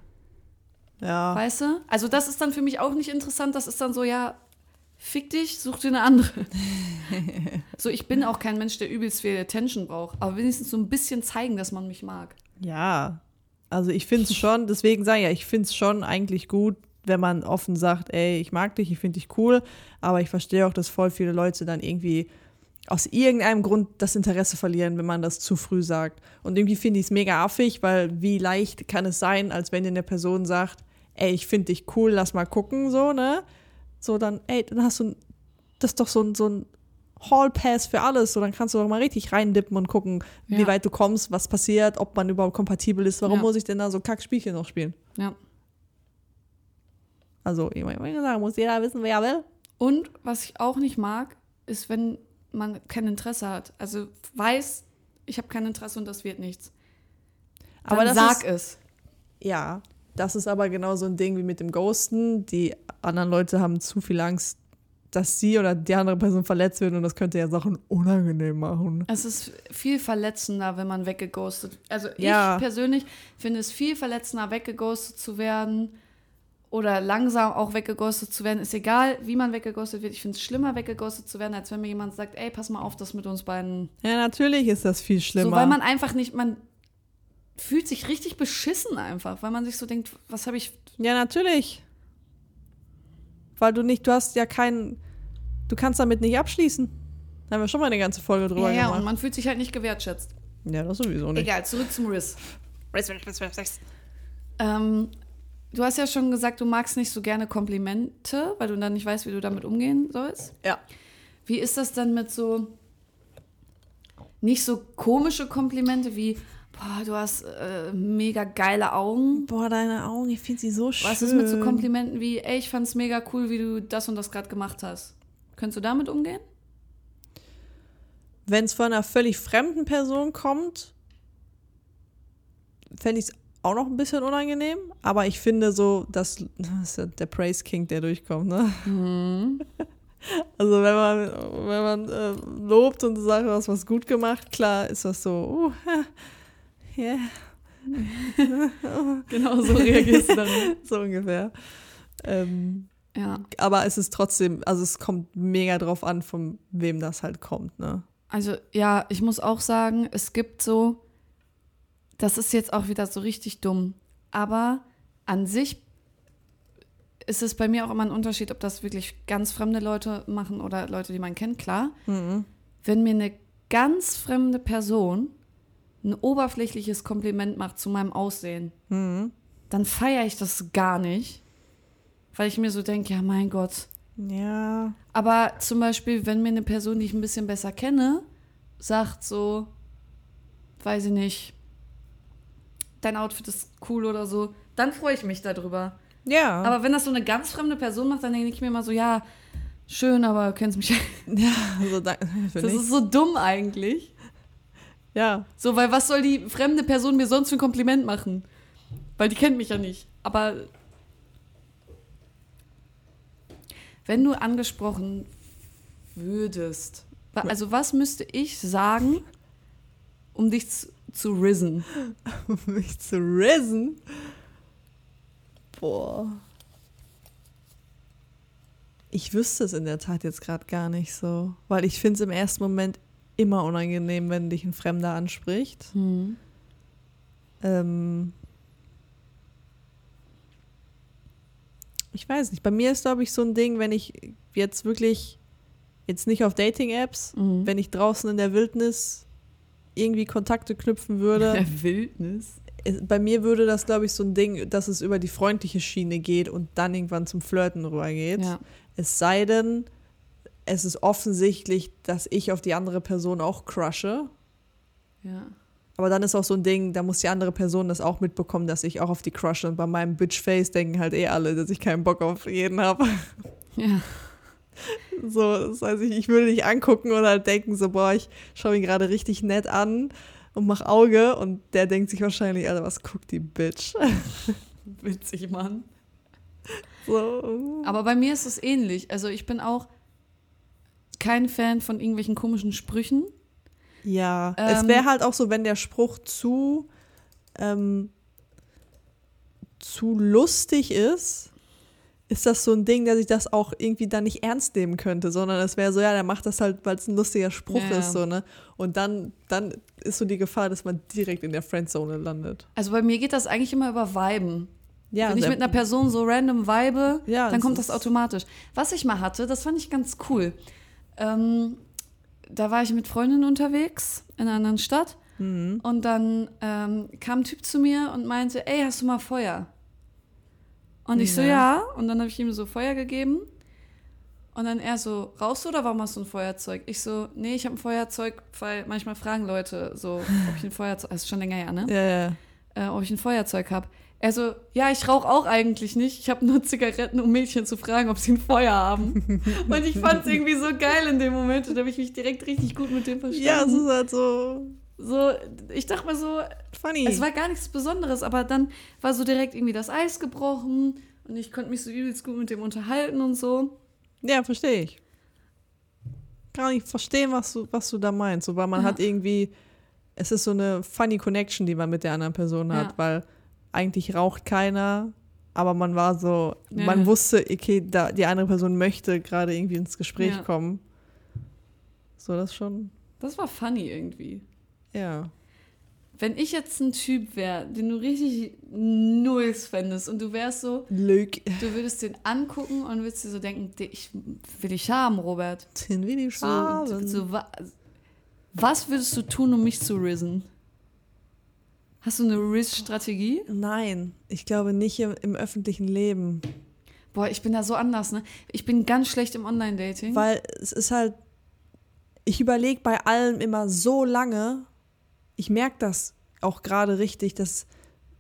Speaker 1: Ja.
Speaker 2: Weißt du? Also das ist dann für mich auch nicht interessant. Das ist dann so, ja, fick dich, such dir eine andere. so, ich bin auch kein Mensch, der übelst viel Attention braucht. Aber wenigstens so ein bisschen zeigen, dass man mich mag.
Speaker 1: Ja. Also ich finde es schon, deswegen sage ich ja, ich finde es schon eigentlich gut, wenn man offen sagt, ey, ich mag dich, ich finde dich cool, aber ich verstehe auch, dass voll viele Leute dann irgendwie aus irgendeinem Grund das Interesse verlieren, wenn man das zu früh sagt. Und irgendwie finde ich es mega affig, weil wie leicht kann es sein, als wenn dir eine Person sagt, ey, ich finde dich cool, lass mal gucken, so, ne? So, dann, ey, dann hast du, ein- das ist doch so ein, so ein Hallpass für alles, so, dann kannst du doch mal richtig reindippen und gucken,
Speaker 2: Ja.
Speaker 1: wie weit Äh, du kommst, was passiert, ob man überhaupt kompatibel ist, warum
Speaker 2: Ja.
Speaker 1: muss ich denn da so Kackspielchen noch spielen?
Speaker 2: Ja.
Speaker 1: Also, ich meine, sagen muss jeder wissen, wer er will.
Speaker 2: Und was ich auch nicht mag, ist, wenn man kein Interesse hat. Also weiß, ich habe kein Interesse und das wird nichts. Dann
Speaker 1: Aber das ist,
Speaker 2: sag es.
Speaker 1: Ja, das ist aber genau so ein Ding wie mit dem Ghosten. Die anderen Leute haben zu viel Angst, dass sie oder die andere Person verletzt wird und das könnte ja Sachen unangenehm machen.
Speaker 2: Es ist viel verletzender, wenn man weggeghostet. Also
Speaker 1: Ja.
Speaker 2: ich persönlich finde es viel verletzender, weggeghostet zu werden oder langsam auch weggeghostet zu werden. Ist egal, wie man weggeghostet wird. Ich finde es schlimmer, weggeghostet zu werden, als wenn mir jemand sagt, ey, pass mal auf, das mit uns beiden.
Speaker 1: Ja, natürlich ist das viel schlimmer.
Speaker 2: So, weil man einfach nicht, man fühlt sich richtig beschissen einfach, weil man sich so denkt, was habe ich
Speaker 1: ja, natürlich. Weil du nicht, du hast ja keinen, du kannst damit nicht abschließen. Da haben wir schon mal eine ganze Folge drüber
Speaker 2: Ja, ja, und
Speaker 1: gemacht.
Speaker 2: man fühlt sich halt nicht gewertschätzt.
Speaker 1: ja, das sowieso nicht.
Speaker 2: Egal, zurück zum Riss. Ähm, du hast ja schon gesagt, du magst nicht so gerne Komplimente, weil du dann nicht weißt, wie du damit umgehen sollst.
Speaker 1: Ja.
Speaker 2: Wie ist das dann mit so nicht so komische Komplimente wie, boah, du hast äh, mega geile Augen?
Speaker 1: Boah, deine Augen, ich finde sie so schön.
Speaker 2: Was ist mit so Komplimenten wie, ey, ich fand's mega cool, wie du das und das gerade gemacht hast? Könntest du damit umgehen?
Speaker 1: Wenn es von einer völlig fremden Person kommt, fände ich es auch noch ein bisschen unangenehm. Aber ich finde so, dass das ist ja der Praise King, der durchkommt, ne?
Speaker 2: Mhm.
Speaker 1: Also wenn man, wenn man äh, lobt und sagt, du hast was gut gemacht, klar ist das so, uh, yeah,
Speaker 2: Genau so reagierst du dann.
Speaker 1: so ungefähr. Ähm,
Speaker 2: Ja.
Speaker 1: aber es ist trotzdem, also es kommt mega drauf an, von wem das halt kommt, ne?
Speaker 2: Also ja, ich muss auch sagen, es gibt so, das ist jetzt auch wieder so richtig dumm, aber an sich ist es bei mir auch immer ein Unterschied, ob das wirklich ganz fremde Leute machen oder Leute, die man kennt, klar. Wenn mir eine ganz fremde Person ein oberflächliches Kompliment macht zu meinem Aussehen, dann feiere ich das gar nicht, weil ich mir so denke, ja mein Gott,
Speaker 1: Ja.
Speaker 2: aber zum Beispiel, wenn mir eine Person, die ich ein bisschen besser kenne, sagt so, weiß ich nicht, dein Outfit ist cool oder so, dann freue ich mich darüber.
Speaker 1: Ja.
Speaker 2: Aber wenn das so eine ganz fremde Person macht, dann denke ich mir immer so, ja, schön, aber kennst mich.
Speaker 1: Ja, also danke für
Speaker 2: Das
Speaker 1: nichts.
Speaker 2: ist so dumm eigentlich.
Speaker 1: Ja,
Speaker 2: So, weil was soll die fremde Person mir sonst für ein Kompliment machen? Weil die kennt mich ja nicht. Aber wenn du angesprochen würdest, wa- also was müsste ich sagen, um dich zu, zu risen?
Speaker 1: um mich zu risen. Boah. Ich wüsste es in der Tat jetzt gerade gar nicht so, weil ich finde es im ersten Moment immer unangenehm, wenn dich ein Fremder anspricht. Ähm, ich weiß nicht. Bei mir ist, glaube ich, so ein Ding, wenn ich jetzt wirklich, jetzt nicht auf Dating-Apps,
Speaker 2: Mhm.
Speaker 1: wenn ich draußen in der Wildnis irgendwie Kontakte knüpfen würde.
Speaker 2: Der Wildnis.
Speaker 1: es- bei mir würde das, glaube ich, so ein Ding, dass es über die freundliche Schiene geht und dann irgendwann zum Flirten rübergeht.
Speaker 2: Ja.
Speaker 1: Es sei denn, es ist offensichtlich, dass ich auf die andere Person auch crushe.
Speaker 2: ja.
Speaker 1: Aber dann ist auch so ein Ding, da muss die andere Person das auch mitbekommen, dass ich auch auf die crushe. Und bei meinem Bitchface denken halt eh alle, dass ich keinen Bock auf jeden habe.
Speaker 2: Ja.
Speaker 1: So, das heißt, ich, ich würde dich angucken oder halt denken so, boah, ich schaue ihn gerade richtig nett an und mach Auge. Und der denkt sich wahrscheinlich, Alter, was guckt die Bitch?
Speaker 2: Witzig, Mann.
Speaker 1: So.
Speaker 2: Aber bei mir ist es ähnlich. Also ich bin auch kein Fan von irgendwelchen komischen Sprüchen.
Speaker 1: Ja, es
Speaker 2: Ähm,
Speaker 1: wäre halt auch so, wenn der Spruch zu, ähm, zu lustig ist, ist das so ein Ding, dass ich das auch irgendwie dann nicht ernst nehmen könnte, sondern es wäre so, ja, der macht das halt, weil es ein lustiger Spruch
Speaker 2: Ja.
Speaker 1: ist, so, ne? Und dann, dann ist so die Gefahr, dass man direkt in der Friendzone landet.
Speaker 2: Also bei mir geht das eigentlich immer über Viben.
Speaker 1: Ja,
Speaker 2: Wenn ich
Speaker 1: sehr-
Speaker 2: mit einer Person so random vibe,
Speaker 1: Ja,
Speaker 2: dann
Speaker 1: das
Speaker 2: kommt das
Speaker 1: ist-
Speaker 2: automatisch. Was ich mal hatte, das fand ich ganz cool. Ähm, da war ich mit Freundinnen unterwegs in einer anderen Stadt
Speaker 1: Mhm.
Speaker 2: und dann ähm, kam ein Typ zu mir und meinte, ey, hast du mal Feuer? Und ich so, ja. Und dann habe ich ihm so Feuer gegeben. Und dann er so, rauchst du oder warum hast du ein Feuerzeug? Ich so, nee, ich habe ein Feuerzeug, weil manchmal fragen Leute so, ob ich ein Feuerzeug, das ist schon länger her, ne?
Speaker 1: ja, ja.
Speaker 2: äh, ob ich ein Feuerzeug habe. Er so, ja, ich rauche auch eigentlich nicht. Ich habe nur Zigaretten, um Mädchen zu fragen, ob sie ein Feuer haben. Und ich fand es irgendwie so geil in dem Moment. Und da habe ich mich direkt richtig gut mit dem
Speaker 1: ja, es
Speaker 2: verstanden.
Speaker 1: ist halt so
Speaker 2: so, ich dachte mal so,
Speaker 1: funny.
Speaker 2: es war gar nichts Besonderes, aber dann war so direkt irgendwie das Eis gebrochen und ich konnte mich so übelst gut mit dem unterhalten und so.
Speaker 1: Ja, verstehe ich. Kann ich verstehen, was du, was du da meinst. So, weil man
Speaker 2: Ja.
Speaker 1: hat irgendwie, es ist so eine funny Connection, die man mit der anderen Person hat,
Speaker 2: Ja.
Speaker 1: weil eigentlich raucht keiner, aber man war so,
Speaker 2: Ja.
Speaker 1: man wusste, okay, da, die andere Person möchte gerade irgendwie ins Gespräch
Speaker 2: Ja.
Speaker 1: kommen. So, das schon,
Speaker 2: Das war funny irgendwie.
Speaker 1: ja.
Speaker 2: Wenn ich jetzt ein Typ wäre, den du richtig nuls fändest und du wärst so,
Speaker 1: Lüg.
Speaker 2: du würdest den angucken und würdest dir so denken, "Di- ich will dich haben, Robert.
Speaker 1: Sind wir die
Speaker 2: So,
Speaker 1: Schaben?
Speaker 2: so, wa- was würdest du tun, um mich zu risen? Hast du eine Riz-Strategie?
Speaker 1: Nein, ich glaube nicht im, im öffentlichen Leben.
Speaker 2: Boah, ich bin da so anders, ne? Ich bin ganz schlecht im Online-Dating.
Speaker 1: Weil es ist halt, ich überlege bei allem immer so lange, ich merke das auch gerade richtig, dass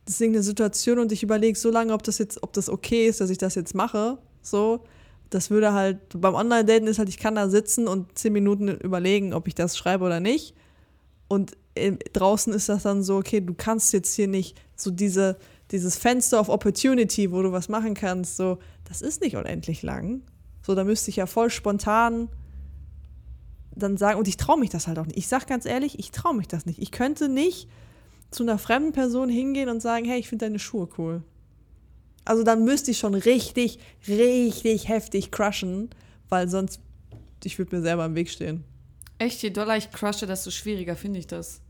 Speaker 1: das ist irgendeine Situation und ich überlege so lange, ob das jetzt, ob das okay ist, dass ich das jetzt mache. So, das würde halt, beim Online-Daten ist halt, ich kann da sitzen und zehn Minuten überlegen, ob ich das schreibe oder nicht. Und äh, draußen ist das dann so, okay, du kannst jetzt hier nicht so diese, dieses Fenster of Opportunity, wo du was machen kannst, so, das ist nicht unendlich lang. So, da müsste ich ja voll spontan dann sagen, und ich traue mich das halt auch nicht. Ich sag ganz ehrlich, ich traue mich das nicht. Ich könnte nicht zu einer fremden Person hingehen und sagen, hey, ich finde deine Schuhe cool. Also dann müsste ich schon richtig, richtig heftig crushen, weil sonst, ich würde mir selber im Weg stehen.
Speaker 2: Echt, je doller ich crushe, desto schwieriger finde ich das.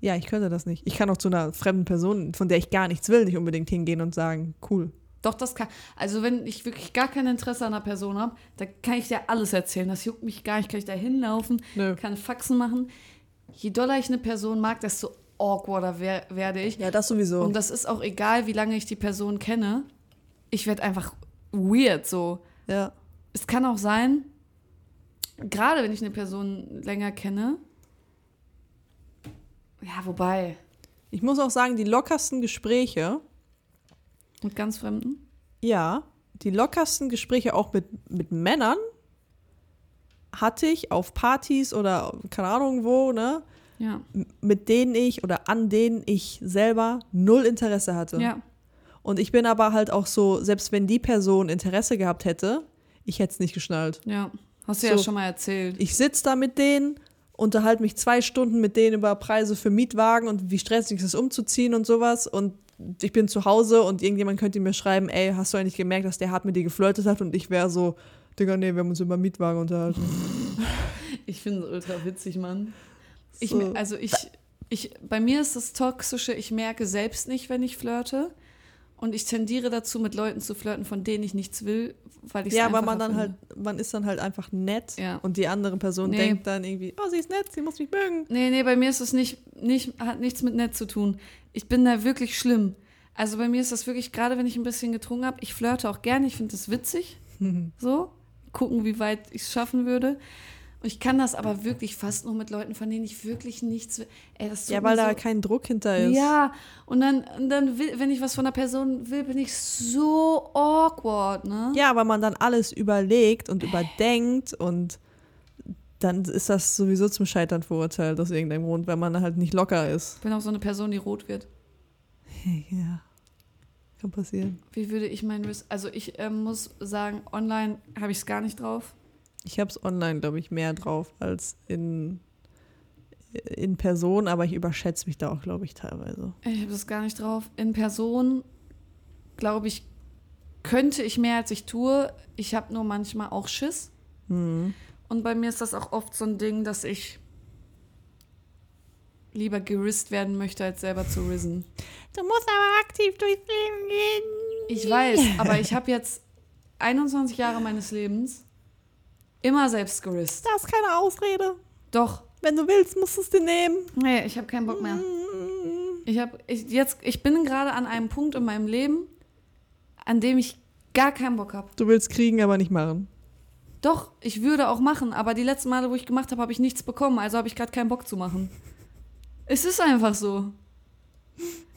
Speaker 1: Ja, ich könnte das nicht. Ich kann auch zu einer fremden Person, von der ich gar nichts will, nicht unbedingt hingehen und sagen, cool.
Speaker 2: Doch, das kann. Also, wenn ich wirklich gar kein Interesse an einer Person habe, dann kann ich dir alles erzählen. Das juckt mich gar nicht. Kann ich da hinlaufen,
Speaker 1: Nö.
Speaker 2: kann Faxen machen. Je doller ich eine Person mag, desto awkwarder wer werde ich.
Speaker 1: Ja, das sowieso.
Speaker 2: Und das ist auch egal, wie lange ich die Person kenne. Ich werde einfach weird so.
Speaker 1: ja.
Speaker 2: Es kann auch sein, gerade wenn ich eine Person länger kenne. Ja, wobei.
Speaker 1: Ich muss auch sagen, die lockersten Gespräche,
Speaker 2: Mit ganz Fremden?
Speaker 1: Ja, die lockersten Gespräche auch mit, mit Männern hatte ich auf Partys oder keine Ahnung wo, ne?
Speaker 2: Ja.
Speaker 1: Mit denen ich oder an denen ich selber null Interesse hatte.
Speaker 2: Ja.
Speaker 1: Und ich bin aber halt auch so, selbst wenn die Person Interesse gehabt hätte, ich hätte es nicht geschnallt.
Speaker 2: Ja. Hast du ja
Speaker 1: So.
Speaker 2: schon mal erzählt.
Speaker 1: Ich sitze da mit denen, unterhalte mich zwei Stunden mit denen über Preise für Mietwagen und wie stressig es ist, umzuziehen und sowas. Und ich bin zu Hause und irgendjemand könnte mir schreiben, ey, hast du eigentlich gemerkt, dass der hart mit dir geflirtet hat? Und ich wäre so, Digga, nee, wir haben uns über Mietwagen unterhalten.
Speaker 2: Ich finde es ultra witzig, Mann. Ich,
Speaker 1: So.
Speaker 2: me- also ich, ich, bei mir ist das Toxische, ich merke selbst nicht, wenn ich flirte. Und ich tendiere dazu, mit Leuten zu flirten, von denen ich nichts will, weil ich
Speaker 1: ja, aber man dann halt, man ist dann halt einfach nett
Speaker 2: Ja.
Speaker 1: und die andere Person
Speaker 2: Nee.
Speaker 1: denkt dann irgendwie, oh, sie ist nett, sie muss mich mögen.
Speaker 2: Nee, nee, bei mir ist es nicht, nicht, hat nichts mit nett zu tun. Ich bin da wirklich schlimm. Also bei mir ist das wirklich, gerade wenn ich ein bisschen getrunken habe, ich flirte auch gerne, ich finde das witzig. so, gucken, wie weit ich es schaffen würde. Und ich kann das aber wirklich fast nur mit Leuten, von denen ich wirklich nichts will. Ey, das tut
Speaker 1: Ja, weil
Speaker 2: mir
Speaker 1: da
Speaker 2: so
Speaker 1: kein Druck hinter ist.
Speaker 2: ja, und dann, und dann will, wenn ich was von der Person will, bin ich so awkward, ne?
Speaker 1: Ja, weil man dann alles überlegt und überdenkt und dann ist das sowieso zum Scheitern verurteilt aus irgendeinem Grund, weil man halt nicht locker ist.
Speaker 2: Ich bin auch so eine Person, die rot wird.
Speaker 1: Ja. Kann passieren.
Speaker 2: Wie würde ich meinen Risk? Also ich ähm, muss sagen, online habe ich es gar nicht drauf.
Speaker 1: Ich habe es online, glaube ich, mehr drauf als in, in Person, aber ich überschätze mich da auch, glaube ich, teilweise.
Speaker 2: Ich habe das gar nicht drauf. In Person, glaube ich, könnte ich mehr, als ich tue. Ich habe nur manchmal auch Schiss.
Speaker 1: Hm.
Speaker 2: Und bei mir ist das auch oft so ein Ding, dass ich lieber gerist werden möchte, als selber zu risen.
Speaker 1: Du musst aber aktiv durchs Leben gehen.
Speaker 2: Ich weiß, aber ich habe jetzt 21 Jahre meines Lebens immer selbst gerist.
Speaker 1: Das ist keine Ausrede.
Speaker 2: Doch,
Speaker 1: Wenn du willst, musst du es dir nehmen.
Speaker 2: nee, ich habe keinen Bock mehr. Ich, hab, ich, jetzt, ich bin gerade an einem Punkt in meinem Leben, an dem ich gar keinen Bock habe.
Speaker 1: Du willst kriegen, aber nicht machen.
Speaker 2: Doch, ich würde auch machen, aber die letzten Male, wo ich gemacht habe, habe ich nichts bekommen, also habe ich gerade keinen Bock zu machen. Es ist einfach so.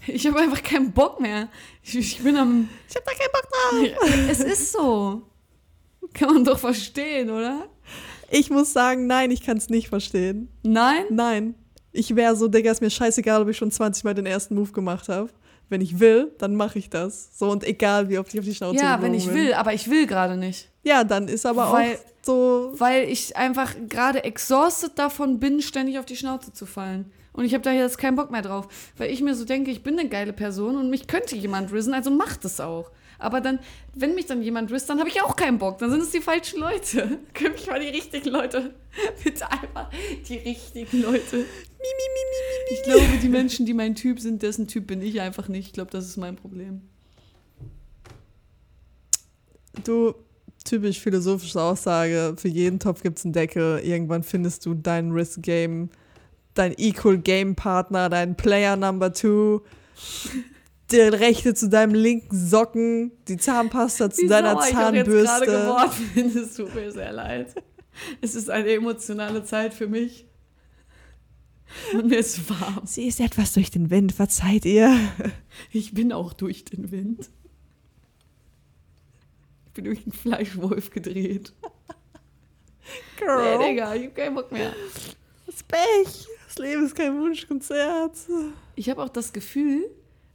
Speaker 2: Ich habe einfach keinen Bock mehr. Ich, ich bin am.
Speaker 1: Ich habe da keinen Bock drauf.
Speaker 2: Es ist so. Kann man doch verstehen, oder?
Speaker 1: Ich muss sagen, nein, ich kann es nicht verstehen.
Speaker 2: Nein?
Speaker 1: Nein. Ich wäre so, Digga, ist mir scheißegal, ob ich schon 20 Mal den ersten Move gemacht habe. wenn ich will, dann mache ich das. So und egal, wie oft ich auf die Schnauze
Speaker 2: Ja, wenn
Speaker 1: geflogen
Speaker 2: ich
Speaker 1: bin.
Speaker 2: will, aber ich will gerade nicht.
Speaker 1: Ja, dann ist aber
Speaker 2: Weil-
Speaker 1: auch so.
Speaker 2: Weil ich einfach gerade exhausted davon bin, ständig auf die Schnauze zu fallen. Und ich habe da jetzt keinen Bock mehr drauf. Weil ich mir so denke, ich bin eine geile Person und mich könnte jemand risen, also macht es auch. Aber dann, wenn mich dann jemand rist, dann habe ich auch keinen Bock. Dann sind es die falschen Leute. Können mich mal die richtigen Leute. Bitte einfach die richtigen Leute. Ich glaube, die Menschen, die mein Typ sind, dessen Typ bin ich einfach nicht. Ich glaube, das ist mein Problem.
Speaker 1: Du, typisch philosophische Aussage, für jeden Topf gibt's einen Deckel. Irgendwann findest du dein Risk-Game, dein Equal-Game-Partner, deinen Player Number Two, der Rechte zu deinem linken Socken, die Zahnpasta zu
Speaker 2: Wie
Speaker 1: deiner
Speaker 2: sauer Oh, ich auch jetzt
Speaker 1: Zahnbürste.
Speaker 2: gerade geworden bin. Es tut mir sehr leid. Es ist eine emotionale Zeit für mich. Und mir ist warm.
Speaker 1: Sie ist etwas durch den Wind, verzeiht ihr.
Speaker 2: Ich bin auch durch den Wind. Ich bin durch den Fleischwolf gedreht.
Speaker 1: Oh.
Speaker 2: Nee, Digga, ich hab keinen Bock mehr.
Speaker 1: das Pech. Das Leben ist kein Wunschkonzert.
Speaker 2: Ich habe auch das Gefühl,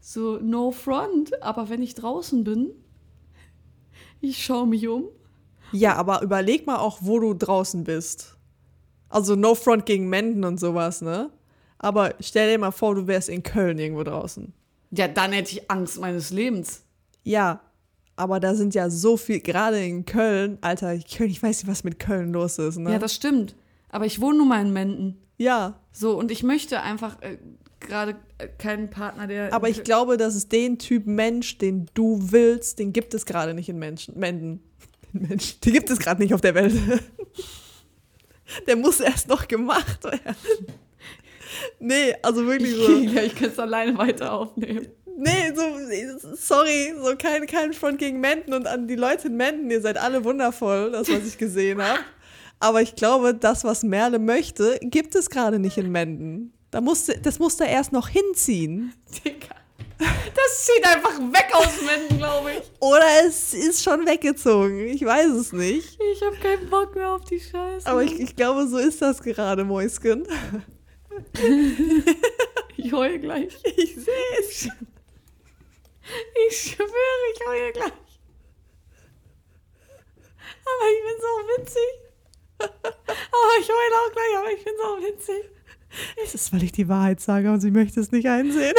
Speaker 2: so no front, aber wenn ich draußen bin, ich schaue mich um.
Speaker 1: Ja, aber überleg mal auch, wo du draußen bist. Also No Front gegen Menden und sowas, ne? Aber stell dir mal vor, du wärst in Köln irgendwo draußen.
Speaker 2: Ja, dann hätte ich Angst meines Lebens.
Speaker 1: Ja, aber da sind ja so viel, gerade in Köln, Alter, Köln, ich weiß nicht, was mit Köln los ist, ne?
Speaker 2: Ja, das stimmt. Aber ich wohne nun mal in Menden.
Speaker 1: ja
Speaker 2: So, und ich möchte einfach äh, gerade äh, keinen Partner, der.
Speaker 1: aber ich glaube, dass es den Typ Mensch, den du willst, den gibt es gerade nicht in Menschen, Menden. Den Menschen, den gibt es gerade nicht auf der Welt. Der muss erst noch gemacht werden. Nee, also wirklich
Speaker 2: Ich,
Speaker 1: so.
Speaker 2: ja, ich kann es alleine weiter aufnehmen.
Speaker 1: Nee, so, sorry, so kein, kein Front gegen Menden und an die Leute in Menden, ihr seid alle wundervoll, das, was ich gesehen habe. Aber ich glaube, das, was Merle möchte, gibt es gerade nicht in Menden. Da musste, das musste er erst noch hinziehen.
Speaker 2: Digga. Das zieht einfach weg aus Menden, glaube ich.
Speaker 1: Oder es ist schon weggezogen. Ich weiß es nicht.
Speaker 2: Ich habe keinen Bock mehr auf die Scheiße.
Speaker 1: Aber ich, ich glaube, so ist das gerade, Mäuschen.
Speaker 2: ich heule gleich.
Speaker 1: Ich sehe es.
Speaker 2: Ich schwöre, ich heule gleich. Aber ich bin so witzig. Aber ich heule auch gleich, aber ich bin so witzig.
Speaker 1: Es ist, weil ich die Wahrheit sage und sie möchte es nicht einsehen.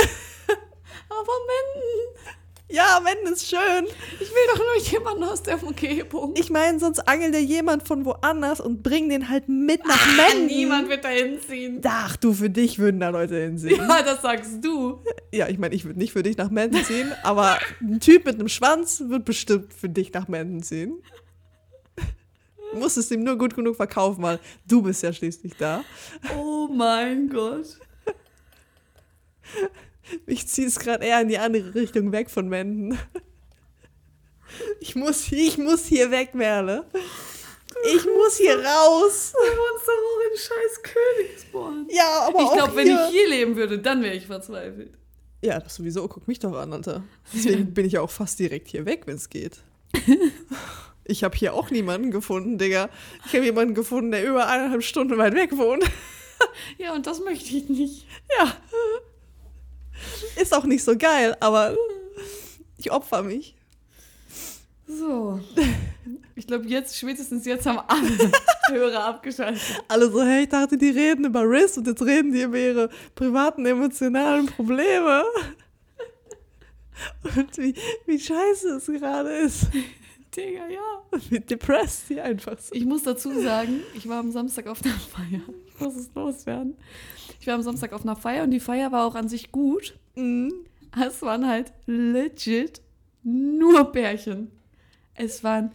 Speaker 2: Aber Menden,
Speaker 1: Ja, Menden ist schön.
Speaker 2: ich will doch nur jemanden aus der Umgebung.
Speaker 1: Ich meine, sonst angelt ja jemand von woanders und bringt den halt mit nach Menden.
Speaker 2: Niemand wird da hinziehen.
Speaker 1: Ach du, für dich würden da Leute hinsehen.
Speaker 2: Ja, das sagst du.
Speaker 1: Ja, ich meine, ich würde nicht für dich nach Menden ziehen, aber ein Typ mit einem Schwanz wird bestimmt für dich nach Menden ziehen. Du musst es ihm nur gut genug verkaufen, weil du bist ja schließlich da.
Speaker 2: Oh mein Gott.
Speaker 1: Ich ziehe es gerade eher in die andere Richtung weg von Menden. Ich muss, ich muss hier weg, Merle. Ich muss hier raus.
Speaker 2: Wir uns doch auch in scheiß Königsborn.
Speaker 1: Ja, aber
Speaker 2: Ich
Speaker 1: auch
Speaker 2: glaube, wenn
Speaker 1: hier.
Speaker 2: ich hier leben würde, dann wäre ich verzweifelt.
Speaker 1: Ja, das sowieso. Guck mich doch an, Alter. Deswegen bin ich ja auch fast direkt hier weg, wenn es geht. Ich habe hier auch niemanden gefunden, Digga. Ich habe jemanden gefunden, der über eineinhalb Stunden weit weg wohnt.
Speaker 2: Ja, und das möchte ich nicht.
Speaker 1: Ja. Ist auch nicht so geil, aber ich opfer mich.
Speaker 2: So. Ich glaube, jetzt, spätestens jetzt haben alle Hörer abgeschaltet.
Speaker 1: Alle so, hey, ich dachte, die reden über Riss und jetzt reden die über ihre privaten emotionalen Probleme. Und wie, wie scheiße es gerade ist.
Speaker 2: Digga, ja.
Speaker 1: Wie depressed die einfach sind.
Speaker 2: Ich muss dazu sagen, ich war am Samstag auf einer Feier. Ich muss es loswerden. Ich war am Samstag auf einer Feier und die Feier war auch an sich gut.
Speaker 1: Mhm.
Speaker 2: Es waren halt legit nur Pärchen. Es waren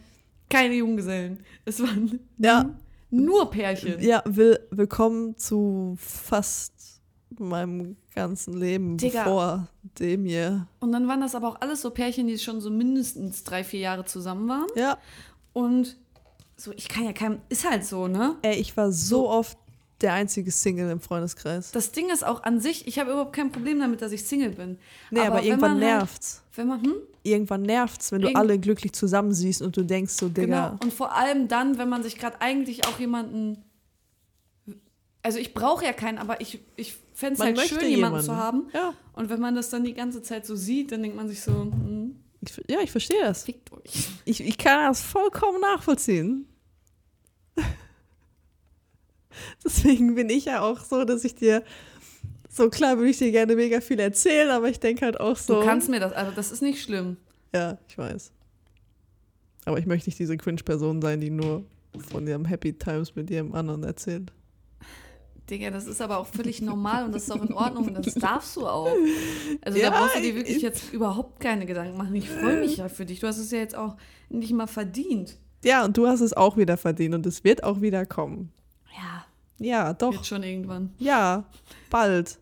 Speaker 2: keine Junggesellen. Es waren
Speaker 1: Ja.
Speaker 2: nur Pärchen.
Speaker 1: Ja, will, willkommen zu fast meinem ganzen Leben
Speaker 2: Digga.
Speaker 1: vor dem hier.
Speaker 2: Und dann waren das aber auch alles so Pärchen, die schon so mindestens drei, vier Jahre zusammen waren.
Speaker 1: Ja,
Speaker 2: Und so, ich kann ja keinem. Ist halt so, ne?
Speaker 1: ey, ich war so
Speaker 2: So.
Speaker 1: oft der einzige Single im Freundeskreis.
Speaker 2: Das Ding ist auch an sich, ich habe überhaupt kein Problem damit, dass ich Single bin.
Speaker 1: Nee, aber,
Speaker 2: wenn
Speaker 1: irgendwann
Speaker 2: man
Speaker 1: nervt's.
Speaker 2: Halt, wenn man, hm?
Speaker 1: Irgendwann nervt's, wenn du
Speaker 2: Irgend-
Speaker 1: alle glücklich zusammen siehst und du denkst so, Digga.
Speaker 2: Genau. Und vor allem dann, wenn man sich gerade eigentlich auch jemanden. Also ich brauche ja keinen, aber ich, ich fände es halt schön, jemanden, zu haben.
Speaker 1: Ja.
Speaker 2: Und wenn man das dann die ganze Zeit so sieht, dann denkt man sich so, hm,
Speaker 1: Ich, ja, ich verstehe das.
Speaker 2: fickt euch.
Speaker 1: Ich, ich kann das vollkommen nachvollziehen. Deswegen bin ich ja auch so, dass ich dir, so klar würde ich dir gerne mega viel erzählen, aber ich denke halt auch so.
Speaker 2: Du kannst mir das, also das ist nicht schlimm.
Speaker 1: Ja, ich weiß. Aber ich möchte nicht diese Cringe-Person sein, die nur von ihrem Happy Times mit ihrem anderen erzählt.
Speaker 2: Digga, das ist aber auch völlig normal und das ist auch in Ordnung und das darfst du auch. Also
Speaker 1: Ja,
Speaker 2: da brauchst du dir
Speaker 1: ich-
Speaker 2: wirklich jetzt überhaupt keine Gedanken machen. Ich freue mich ja für dich. Du hast es ja jetzt auch nicht mal verdient.
Speaker 1: Ja, und du hast es auch wieder verdient und es wird auch wieder kommen.
Speaker 2: Ja,
Speaker 1: Ja, doch.
Speaker 2: wird schon irgendwann.
Speaker 1: Ja, bald.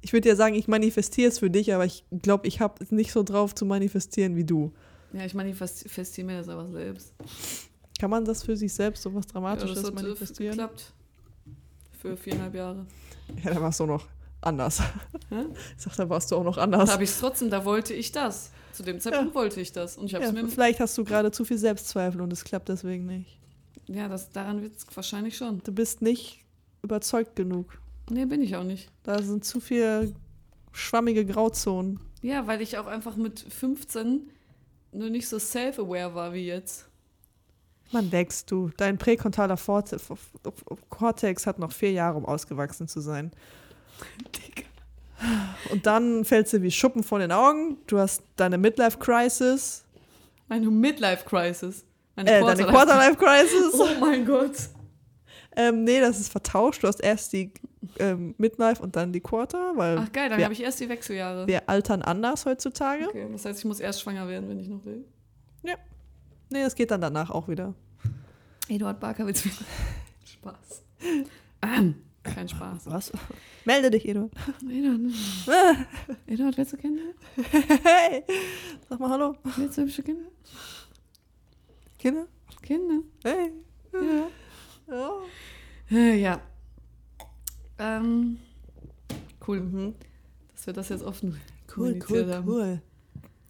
Speaker 1: Ich würde ja sagen, ich manifestiere es für dich, aber ich glaube, ich habe es nicht so drauf zu manifestieren wie du.
Speaker 2: Ja, ich manifestiere mir das aber selbst.
Speaker 1: Kann man das für sich selbst so was
Speaker 2: Ja,
Speaker 1: Dramatisches
Speaker 2: das hat
Speaker 1: manifestieren?
Speaker 2: geklappt. Für viereinhalb Jahre.
Speaker 1: Ja, da warst du auch noch anders.
Speaker 2: Hä?
Speaker 1: Ich sag, da warst du auch noch
Speaker 2: Da
Speaker 1: anders.
Speaker 2: habe ich es trotzdem, da wollte ich das. Zu dem Zeitpunkt wollte ich das. Und ich habe
Speaker 1: Ja,
Speaker 2: es mir.
Speaker 1: vielleicht hast du gerade zu viel Selbstzweifel und es klappt deswegen nicht.
Speaker 2: Ja, das, daran wird es wahrscheinlich schon.
Speaker 1: Du bist nicht überzeugt genug.
Speaker 2: Nee, bin ich auch nicht.
Speaker 1: Da sind zu viele schwammige Grauzonen.
Speaker 2: Ja, weil ich auch einfach mit 15 nur nicht so self-aware war wie jetzt.
Speaker 1: Man wächst, du. Dein präkontaler Fort- F- F- F- Cortex hat noch vier Jahre, um ausgewachsen zu sein. Und dann fällst du wie Schuppen von den Augen. Du hast deine Midlife-Crisis.
Speaker 2: Meine Midlife-Crisis. Meine
Speaker 1: Äh, deine Quarterlife-Crisis.
Speaker 2: Oh mein Gott.
Speaker 1: Ähm, nee, das ist vertauscht. Du hast erst die ähm, Midlife und dann die Quarter, weil
Speaker 2: Ach geil, dann
Speaker 1: Ja.
Speaker 2: habe ich erst die Wechseljahre.
Speaker 1: wir altern anders heutzutage.
Speaker 2: Okay, das heißt, ich muss erst schwanger werden, wenn ich noch will.
Speaker 1: Nee, das geht dann danach auch wieder.
Speaker 2: Eduard Barker will Spaß. Ähm, kein Spaß.
Speaker 1: Was? Melde dich, Eduard.
Speaker 2: Eduard, Eduard, willst du Kinder?
Speaker 1: Hey! Sag mal Hallo.
Speaker 2: Willst du hübsche Kinder?
Speaker 1: Kinder?
Speaker 2: Kinder?
Speaker 1: Hey!
Speaker 2: Ja.
Speaker 1: Ja.
Speaker 2: Äh, Ja. Ähm, cool,
Speaker 1: Mhm.
Speaker 2: dass wir das jetzt offen
Speaker 1: Cool,
Speaker 2: kommuniziert
Speaker 1: cool,
Speaker 2: haben.
Speaker 1: cool.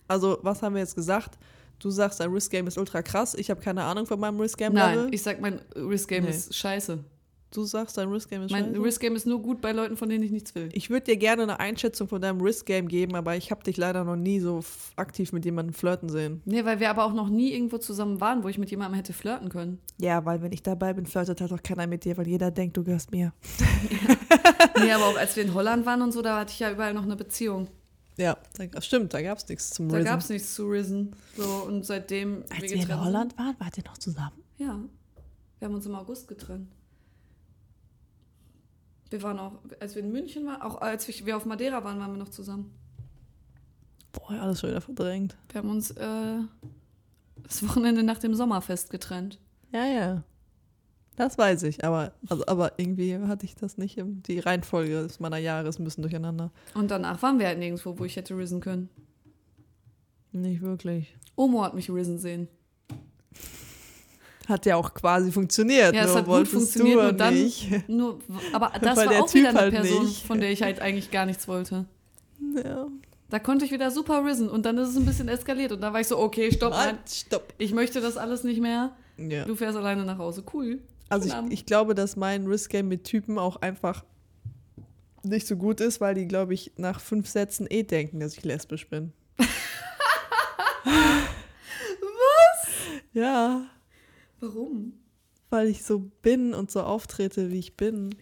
Speaker 1: Also, was haben wir jetzt gesagt? Du sagst, dein Risk Game ist ultra krass. Ich habe keine Ahnung von meinem Risk Game
Speaker 2: Nein,
Speaker 1: Level.
Speaker 2: ich sag, mein Risk-Game
Speaker 1: Nee.
Speaker 2: ist scheiße.
Speaker 1: du sagst, dein Risk Game ist
Speaker 2: Mein
Speaker 1: scheiße.
Speaker 2: Risk-Game ist nur gut bei Leuten, von denen ich nichts will.
Speaker 1: ich würde dir gerne eine Einschätzung von deinem Risk Game geben, aber ich habe dich leider noch nie so f- aktiv mit jemandem flirten sehen.
Speaker 2: Nee, weil wir aber auch noch nie irgendwo zusammen waren, wo ich mit jemandem hätte flirten können.
Speaker 1: Ja, weil wenn ich dabei bin, flirtet halt auch keiner mit dir, weil jeder denkt, du gehörst mir.
Speaker 2: Nee, aber auch als wir in Holland waren und so, da hatte ich ja überall noch eine Beziehung.
Speaker 1: Ja, da, stimmt, da gab's nichts zum
Speaker 2: Da
Speaker 1: Risen.
Speaker 2: gab es nichts zu Risen. So, und seitdem.
Speaker 1: Als wir
Speaker 2: getrennt
Speaker 1: in
Speaker 2: sind-
Speaker 1: Holland waren, wart ihr noch zusammen?
Speaker 2: Ja. Wir haben uns im August getrennt. Wir waren auch, als wir in München waren, auch als wir- wir auf Madeira waren, waren wir noch zusammen.
Speaker 1: Boah, ja, alles schon wieder verdrängt.
Speaker 2: Wir haben uns äh, das Wochenende nach dem Sommerfest getrennt.
Speaker 1: Ja, ja. Das weiß ich, aber, also, aber irgendwie hatte ich das nicht. Im, die Reihenfolge des- meiner Jahre ist ein bisschen durcheinander.
Speaker 2: Und danach waren wir halt nirgendwo, wo ich hätte risen können.
Speaker 1: Nicht wirklich.
Speaker 2: Omo hat mich risen sehen.
Speaker 1: Hat ja auch quasi funktioniert.
Speaker 2: Ja, es
Speaker 1: nur
Speaker 2: hat gut
Speaker 1: wolltest
Speaker 2: funktioniert
Speaker 1: du
Speaker 2: und dann,
Speaker 1: nicht.
Speaker 2: Nur, aber das
Speaker 1: Weil der
Speaker 2: war auch
Speaker 1: Typ
Speaker 2: wieder eine
Speaker 1: halt
Speaker 2: Person,
Speaker 1: nicht.
Speaker 2: von der ich halt eigentlich gar nichts wollte.
Speaker 1: Ja.
Speaker 2: Da konnte ich wieder super risen und dann ist es ein bisschen eskaliert und da war ich so, okay, stopp, nein,
Speaker 1: Halt, stopp.
Speaker 2: ich möchte das alles nicht mehr.
Speaker 1: Ja.
Speaker 2: Du fährst alleine nach Hause, cool.
Speaker 1: Also
Speaker 2: Abend.
Speaker 1: ich, ich glaube, dass mein Risk Game mit Typen auch einfach nicht so gut ist, weil die, glaube ich, nach fünf Sätzen eh denken, dass ich lesbisch bin. Was? Ja,
Speaker 2: Warum?
Speaker 1: weil ich so bin und so auftrete, wie ich bin.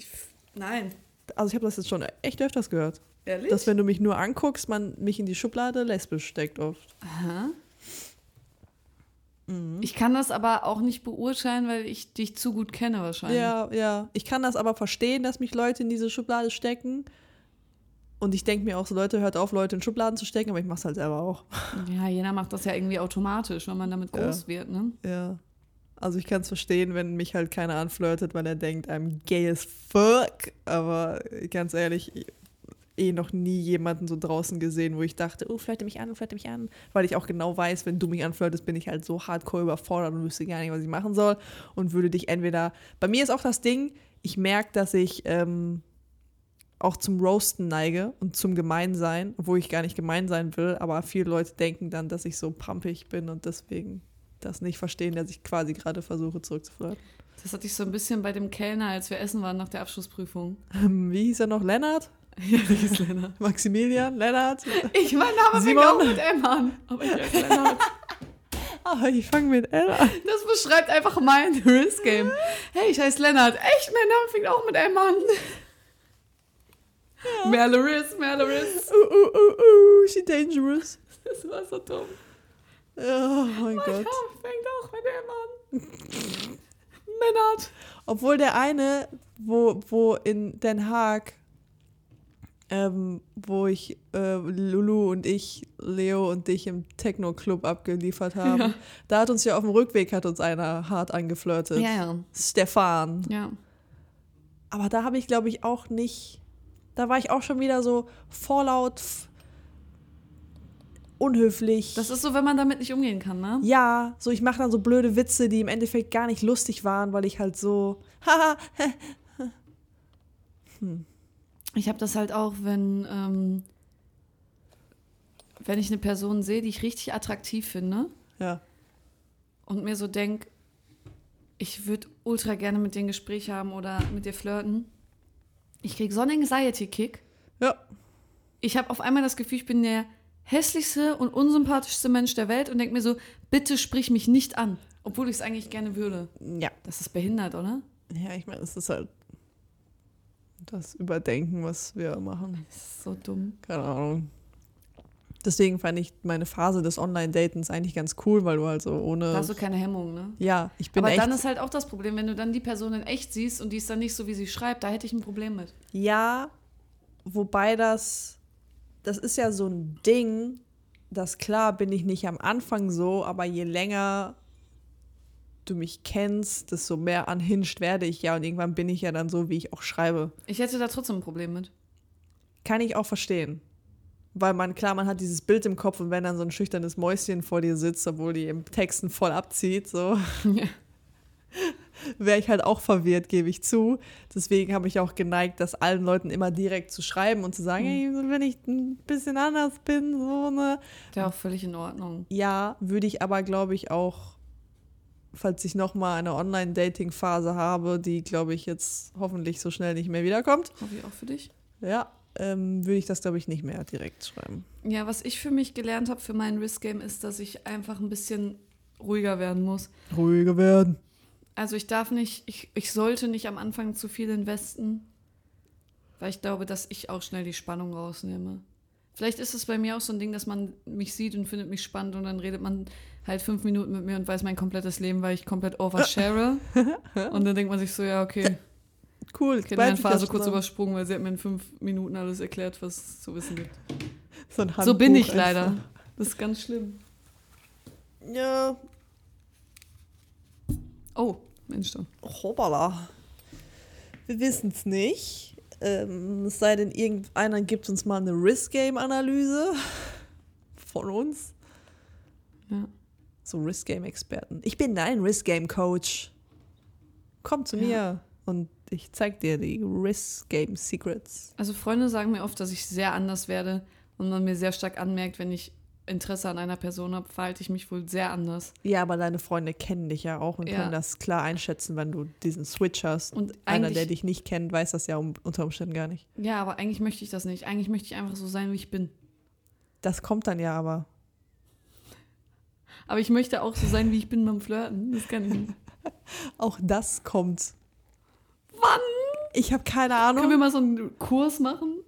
Speaker 2: Nein,
Speaker 1: Also ich habe das jetzt schon echt öfters gehört,
Speaker 2: ehrlich?
Speaker 1: dass wenn du mich nur anguckst, man mich in die Schublade lesbisch steckt oft.
Speaker 2: Aha. Ich kann das aber auch nicht beurteilen, weil ich dich zu gut kenne wahrscheinlich.
Speaker 1: Ja, ja. Ich kann das aber verstehen, dass mich Leute in diese Schublade stecken. Und ich denke mir auch so, Leute, hört auf, Leute in Schubladen zu stecken, aber ich mache es halt selber auch.
Speaker 2: ja, jeder macht das ja irgendwie automatisch, wenn man damit
Speaker 1: Ja.
Speaker 2: groß wird, ne?
Speaker 1: Ja. Also ich kann es verstehen, wenn mich halt keiner anflirtet, weil er denkt, I'm gay as fuck. Aber ganz ehrlich, ich- eh noch nie jemanden so draußen gesehen, wo ich dachte, oh, flirte mich an, flirte mich an. Weil ich auch genau weiß, wenn du mich anflirtest, bin ich halt so hardcore überfordert und wüsste gar nicht, was ich machen soll. Und würde dich entweder... Bei mir ist auch das Ding, ich merke, dass ich ähm, auch zum Roasten neige und zum Gemeinsein, obwohl ich gar nicht gemein sein will, aber viele Leute denken dann, dass ich so pumpig bin und deswegen das nicht verstehen, dass ich quasi gerade versuche zurückzuflirten.
Speaker 2: Das hatte ich so ein bisschen bei dem Kellner, als wir essen waren nach der Abschlussprüfung.
Speaker 1: Ähm, wie hieß er noch? Lennart?
Speaker 2: Ja, das ist Lennart.
Speaker 1: Maximilian? Lennart?
Speaker 2: Ich mein Name fängt
Speaker 1: Simon?
Speaker 2: auch mit M an. Aber ich heiße Lennart.
Speaker 1: Ah, ich fange mit L an.
Speaker 2: Das beschreibt einfach mein Risk Game. Hey, ich heiße Lennart. Echt, mein Name fängt auch mit M an. Ja. Merleris, Merleris.
Speaker 1: Uh, uh, uh, uh, she dangerous.
Speaker 2: Das war so dumm.
Speaker 1: Oh mein
Speaker 2: Mein
Speaker 1: Gott.
Speaker 2: Name fängt auch mit M an. Lennart.
Speaker 1: Obwohl der eine, wo, wo in Den Haag, ähm, wo ich äh, Lulu und ich, Leo und dich im Techno-Club abgeliefert haben,
Speaker 2: Ja.
Speaker 1: da hat uns ja auf dem Rückweg hat uns einer hart angeflirtet.
Speaker 2: ja.
Speaker 1: Stefan.
Speaker 2: Ja.
Speaker 1: Aber da habe ich, glaube ich, auch nicht. Da war ich auch schon wieder so vorlaut, f- unhöflich.
Speaker 2: Das ist so, wenn man damit nicht umgehen kann, ne?
Speaker 1: Ja, so ich mache dann so blöde Witze, die im Endeffekt gar nicht lustig waren, weil ich halt so. Haha.
Speaker 2: Ich habe das halt auch, wenn, ähm, wenn ich eine Person sehe, die ich richtig attraktiv finde
Speaker 1: ja.
Speaker 2: und mir so denk, ich würde ultra gerne mit dir ein Gespräch haben oder mit dir flirten. Ich krieg so einen Anxiety-Kick.
Speaker 1: Ja.
Speaker 2: Ich habe auf einmal das Gefühl, ich bin der hässlichste und unsympathischste Mensch der Welt und denk mir so, bitte sprich mich nicht an, obwohl ich es eigentlich gerne würde.
Speaker 1: Ja.
Speaker 2: Das ist behindert, oder?
Speaker 1: Ja, ich meine, es ist halt das Überdenken, was wir machen.
Speaker 2: Das ist so dumm.
Speaker 1: Keine Ahnung. Deswegen fand ich meine Phase des Online-Datens eigentlich ganz cool, weil du halt so ohne.
Speaker 2: Da hast du keine Hemmung, ne?
Speaker 1: ja, ich bin
Speaker 2: Aber
Speaker 1: echt.
Speaker 2: dann ist halt auch das Problem, wenn du dann die Person in echt siehst und die ist dann nicht so, wie sie schreibt, da hätte ich ein Problem mit.
Speaker 1: Ja, wobei das, das ist ja so ein Ding, das klar bin ich nicht am Anfang so, aber je länger du mich kennst, desto mehr anhinscht werde ich ja und irgendwann bin ich ja dann so, wie ich auch schreibe.
Speaker 2: Ich hätte da trotzdem ein Problem mit.
Speaker 1: Kann ich auch verstehen. Weil man, klar, man hat dieses Bild im Kopf und wenn dann so ein schüchternes Mäuschen vor dir sitzt, obwohl die im Texten voll abzieht, so,
Speaker 2: Ja.
Speaker 1: wäre ich halt auch verwirrt, gebe ich zu. Deswegen habe ich auch geneigt, das allen Leuten immer direkt zu schreiben und zu sagen, hey, wenn ich ein bisschen anders bin, so ne.
Speaker 2: Wäre auch völlig in Ordnung.
Speaker 1: Ja, würde ich aber, glaube ich, auch, falls ich nochmal eine Online-Dating-Phase habe, die, glaube ich, jetzt hoffentlich so schnell nicht mehr wiederkommt,
Speaker 2: Hoffe ich auch für dich.
Speaker 1: ja, ähm, würde ich das, glaube ich, nicht mehr direkt schreiben.
Speaker 2: Ja, was ich für mich gelernt habe für mein Risk Game ist, dass ich einfach ein bisschen ruhiger werden muss.
Speaker 1: Ruhiger werden.
Speaker 2: Also ich darf nicht, ich, ich sollte nicht am Anfang zu viel investen, weil ich glaube, dass ich auch schnell die Spannung rausnehme. Vielleicht ist es bei mir auch so ein Ding, dass man mich sieht und findet mich spannend und dann redet man halt fünf Minuten mit mir und weiß mein komplettes Leben, weil ich komplett overshare. und dann denkt man sich so, ja, okay,
Speaker 1: Cool.
Speaker 2: ich hätte
Speaker 1: bald
Speaker 2: meine
Speaker 1: wieder
Speaker 2: Phase kurz
Speaker 1: zusammen.
Speaker 2: übersprungen, weil sie hat mir in fünf Minuten alles erklärt, was es zu wissen gibt.
Speaker 1: So, ein
Speaker 2: so bin
Speaker 1: Handbuch
Speaker 2: ich leider.
Speaker 1: einfach.
Speaker 2: Das ist ganz schlimm.
Speaker 1: Ja,
Speaker 2: Oh, Mensch, doch.
Speaker 1: Hoppala. Wir wissen es nicht. Ähm, es sei denn, irgendeiner gibt uns mal eine Risk-Game-Analyse von uns.
Speaker 2: Ja.
Speaker 1: So Risk-Game-Experten. Ich bin dein Risk-Game-Coach. Komm zu
Speaker 2: Ja.
Speaker 1: mir und ich zeig dir die Risk-Game-Secrets.
Speaker 2: Also Freunde sagen mir oft, dass ich sehr anders werde und man mir sehr stark anmerkt, wenn ich Interesse an einer Person habe, verhalte ich mich wohl sehr anders.
Speaker 1: Ja, aber deine Freunde kennen dich ja auch und
Speaker 2: Ja.
Speaker 1: können das klar einschätzen, wenn du diesen Switch hast.
Speaker 2: Und
Speaker 1: Einer,
Speaker 2: eigentlich-
Speaker 1: der dich nicht kennt, weiß das ja um, unter Umständen gar nicht.
Speaker 2: Ja, aber eigentlich möchte ich das nicht. Eigentlich möchte ich einfach so sein, wie ich bin.
Speaker 1: Das kommt dann ja aber.
Speaker 2: Aber ich möchte auch so sein, wie ich bin beim Flirten. Das kann ich nicht.
Speaker 1: Auch das kommt.
Speaker 2: Wann?
Speaker 1: Ich habe keine
Speaker 2: Können wir
Speaker 1: Ahnung.
Speaker 2: mal so einen Kurs machen?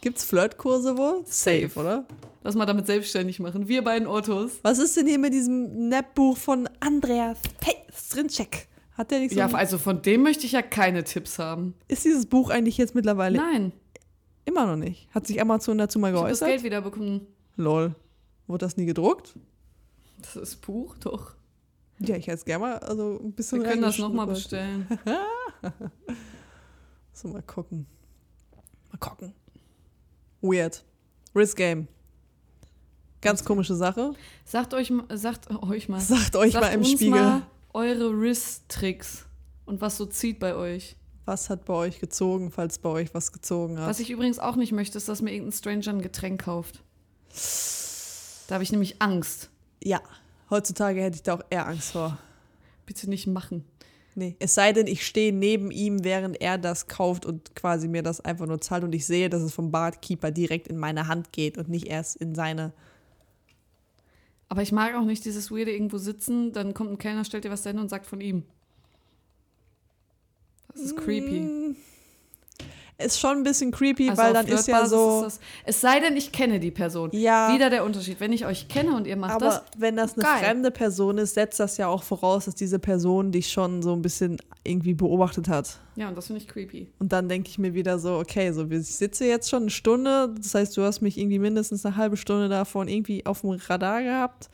Speaker 1: Gibt's Flirtkurse wohl? Safe,
Speaker 2: Safe.
Speaker 1: oder?
Speaker 2: Lass mal damit selbstständig machen. Wir beiden Ottos.
Speaker 1: Was ist denn hier mit diesem Nap-Buch von Andrea Fe- Strinczek? Hat der nichts?
Speaker 2: Ja,
Speaker 1: mit-
Speaker 2: also von dem möchte ich ja keine Tipps haben.
Speaker 1: ist dieses Buch eigentlich jetzt mittlerweile
Speaker 2: Nein,
Speaker 1: immer noch nicht? Hat sich Amazon dazu mal
Speaker 2: ich habe das
Speaker 1: geäußert?
Speaker 2: Geld wiederbekommen.
Speaker 1: Lol. Wurde das nie gedruckt?
Speaker 2: Das ist Buch, doch.
Speaker 1: Ja, ich hätte es gerne mal also ein bisschen
Speaker 2: Wir können das nochmal
Speaker 1: reingeschnuppert.
Speaker 2: bestellen.
Speaker 1: So, mal gucken. Mal gucken. Weird. Risk Game. Ganz komische Sache.
Speaker 2: Sagt euch, ma- sagt euch mal.
Speaker 1: Sagt euch
Speaker 2: Sagt
Speaker 1: mal im
Speaker 2: uns
Speaker 1: Spiegel.
Speaker 2: mal eure Wrist-Tricks und was so zieht bei euch.
Speaker 1: Was hat bei euch gezogen, falls bei euch was gezogen hat?
Speaker 2: Was ich übrigens auch nicht möchte, ist, dass mir irgendein Stranger ein Getränk kauft. Da habe ich nämlich Angst.
Speaker 1: ja, heutzutage hätte ich da auch eher Angst vor.
Speaker 2: Bitte nicht machen.
Speaker 1: Nee. Es sei denn, ich stehe neben ihm, während er das kauft und quasi mir das einfach nur zahlt und ich sehe, dass es vom Barkeeper direkt in meine Hand geht und nicht erst in seine.
Speaker 2: Aber ich mag auch nicht dieses weirde irgendwo sitzen, dann kommt ein Kellner, stellt dir was hin und sagt von ihm. Das ist creepy.
Speaker 1: Hm. Ist schon ein bisschen creepy,
Speaker 2: Also
Speaker 1: Mm, weil dann
Speaker 2: auf
Speaker 1: ist ja
Speaker 2: Flirtbasis
Speaker 1: so.
Speaker 2: ist das, es sei denn, ich kenne die Person.
Speaker 1: Ja.
Speaker 2: Wieder der Unterschied. Wenn ich euch kenne und ihr macht
Speaker 1: aber
Speaker 2: das,
Speaker 1: wenn das eine
Speaker 2: geil.
Speaker 1: fremde Person ist, setzt das ja auch voraus, dass diese Person dich schon so ein bisschen irgendwie beobachtet hat.
Speaker 2: ja, und das finde ich creepy.
Speaker 1: Und dann denke ich mir wieder so, okay, so wir- ich sitze jetzt schon eine Stunde, das heißt, du hast mich irgendwie mindestens eine halbe Stunde davon irgendwie auf dem Radar gehabt.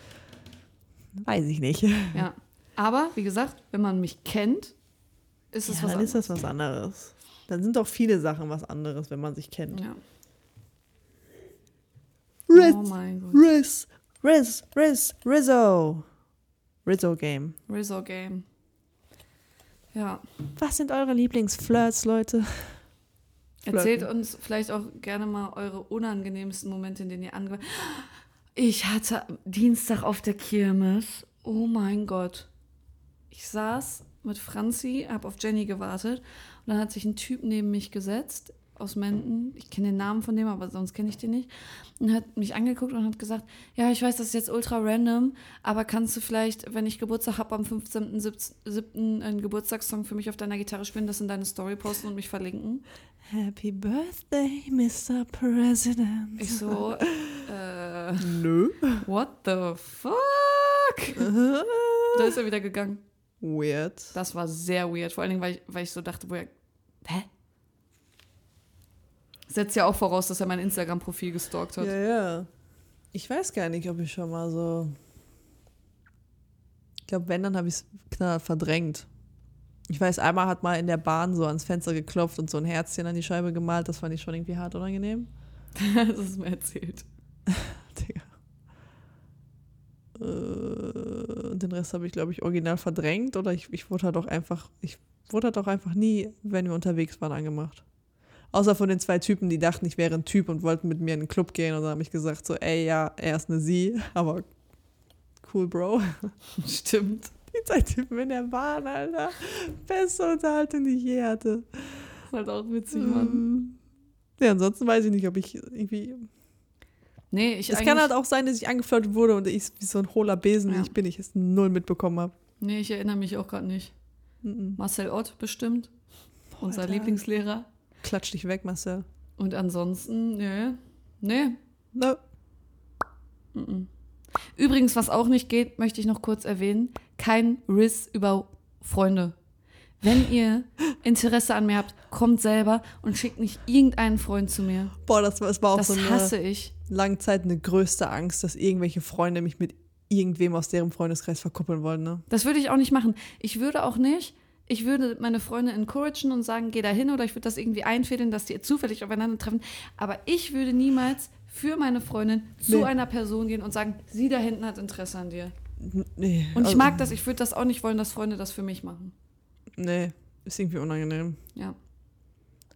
Speaker 1: Weiß ich nicht.
Speaker 2: Ja. Aber wie gesagt, wenn man mich kennt, ist es
Speaker 1: Ja,
Speaker 2: was
Speaker 1: dann ist das was anderes. Dann sind doch viele Sachen was anderes, wenn man sich kennt.
Speaker 2: Ja.
Speaker 1: Riz,
Speaker 2: Oh mein Gott.
Speaker 1: Riz, Riz, Riz, Rizzo. Rizzo Game.
Speaker 2: Rizzo Game. Ja.
Speaker 1: Was sind eure Lieblingsflirts, Leute? Flirten.
Speaker 2: Erzählt uns vielleicht auch gerne mal eure unangenehmsten Momente, in denen ihr ange... Ich hatte Dienstag auf der Kirmes. Oh mein Gott. Ich saß mit Franzi, hab auf Jenny gewartet und dann hat sich ein Typ neben mich gesetzt aus Menden. Ich kenne den Namen von dem, aber sonst kenne ich den nicht. Und hat mich angeguckt und hat gesagt, ja, ich weiß, das ist jetzt ultra random, aber kannst du vielleicht, wenn ich Geburtstag habe, am 15.07. einen Geburtstagssong für mich auf deiner Gitarre spielen, das in deine Story posten und mich verlinken?
Speaker 1: Happy Birthday, Mr. President.
Speaker 2: Ich so, äh,
Speaker 1: Nö.
Speaker 2: what the fuck? Da ist er wieder gegangen.
Speaker 1: Weird.
Speaker 2: Das war sehr weird. Vor allen Dingen, weil ich, weil ich so dachte, woher. Hä? Setzt ja auch voraus, dass er mein Instagram-Profil gestalkt hat.
Speaker 1: Ja, ja. Ich weiß gar nicht, ob ich schon mal so. Ich glaube, wenn, dann habe ich es knallhart verdrängt. Ich weiß, einmal hat mal in der Bahn so ans Fenster geklopft und so ein Herzchen an die Scheibe gemalt. Das fand ich schon irgendwie hart unangenehm.
Speaker 2: das ist mir erzählt.
Speaker 1: Digga. Äh, Und den Rest habe ich, glaube ich, original verdrängt oder ich, ich wurde halt auch einfach, ich wurde halt auch einfach nie, wenn wir unterwegs waren, angemacht. Außer von den zwei Typen, die dachten, ich wäre ein Typ und wollten mit mir in den Club gehen und dann habe ich gesagt, so, ey, ja, er ist eine Sie, aber cool, Bro.
Speaker 2: Stimmt.
Speaker 1: Die zwei Typen in der Bahn, Alter. Beste Unterhaltung, die ich je hatte. Mm.
Speaker 2: Das ist halt auch witzig,
Speaker 1: Hm.
Speaker 2: Mann.
Speaker 1: Ja, ansonsten weiß ich nicht, ob ich irgendwie
Speaker 2: Nee, ich
Speaker 1: es
Speaker 2: eigentlich-
Speaker 1: kann halt auch sein, dass ich angeflirtet wurde und ich wie so ein hohler Besen,
Speaker 2: Ja.
Speaker 1: wie ich bin, ich es null mitbekommen habe.
Speaker 2: Nee, ich erinnere mich auch gerade nicht.
Speaker 1: Mhm.
Speaker 2: Marcel Ott bestimmt. unser
Speaker 1: Alter.
Speaker 2: Lieblingslehrer.
Speaker 1: Klatsch dich weg, Marcel.
Speaker 2: Und ansonsten, nee. Nee,
Speaker 1: No.
Speaker 2: Mhm. Übrigens, was auch nicht geht, möchte ich noch kurz erwähnen. Kein Riss über Freunde. Wenn ihr Interesse an mir habt, kommt selber und schickt nicht irgendeinen Freund zu mir.
Speaker 1: Boah, das, war- es war auch
Speaker 2: das
Speaker 1: so eine
Speaker 2: hasse ich.
Speaker 1: lange Zeit eine größte Angst, dass irgendwelche Freunde mich mit irgendwem aus deren Freundeskreis verkuppeln wollen, ne?
Speaker 2: Das würde ich auch nicht machen. Ich würde auch nicht, ich würde meine Freunde encouragen und sagen, geh da hin oder ich würde das irgendwie einfädeln, dass die zufällig aufeinander treffen. Aber ich würde niemals für meine Freundin zu
Speaker 1: Nee.
Speaker 2: einer Person gehen und sagen, sie da hinten hat Interesse an dir.
Speaker 1: N- Nee.
Speaker 2: Und ich
Speaker 1: also-
Speaker 2: mag das, ich würde das auch nicht wollen, dass Freunde das für mich machen.
Speaker 1: Nee, ist irgendwie unangenehm.
Speaker 2: Ja.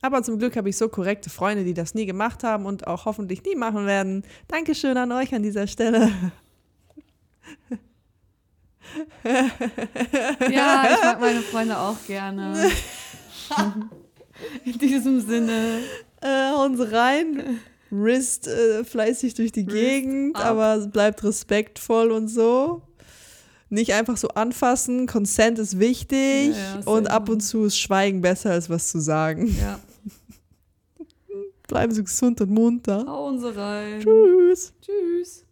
Speaker 1: Aber zum Glück habe ich so korrekte Freunde, die das nie gemacht haben und auch hoffentlich nie machen werden. Dankeschön an euch an dieser Stelle.
Speaker 2: Ja, ich mag meine Freunde auch gerne. In diesem Sinne.
Speaker 1: äh, hauen sie rein, rist äh, fleißig durch die Gegend,
Speaker 2: up.
Speaker 1: aber bleibt respektvoll und so. Nicht einfach so anfassen, Consent ist wichtig
Speaker 2: Ja, ja, safe.
Speaker 1: und ab und zu ist Schweigen besser als was zu sagen.
Speaker 2: Ja.
Speaker 1: Bleiben Sie gesund und munter.
Speaker 2: Oh Hauen Sie rein.
Speaker 1: Tschüss.
Speaker 2: Tschüss.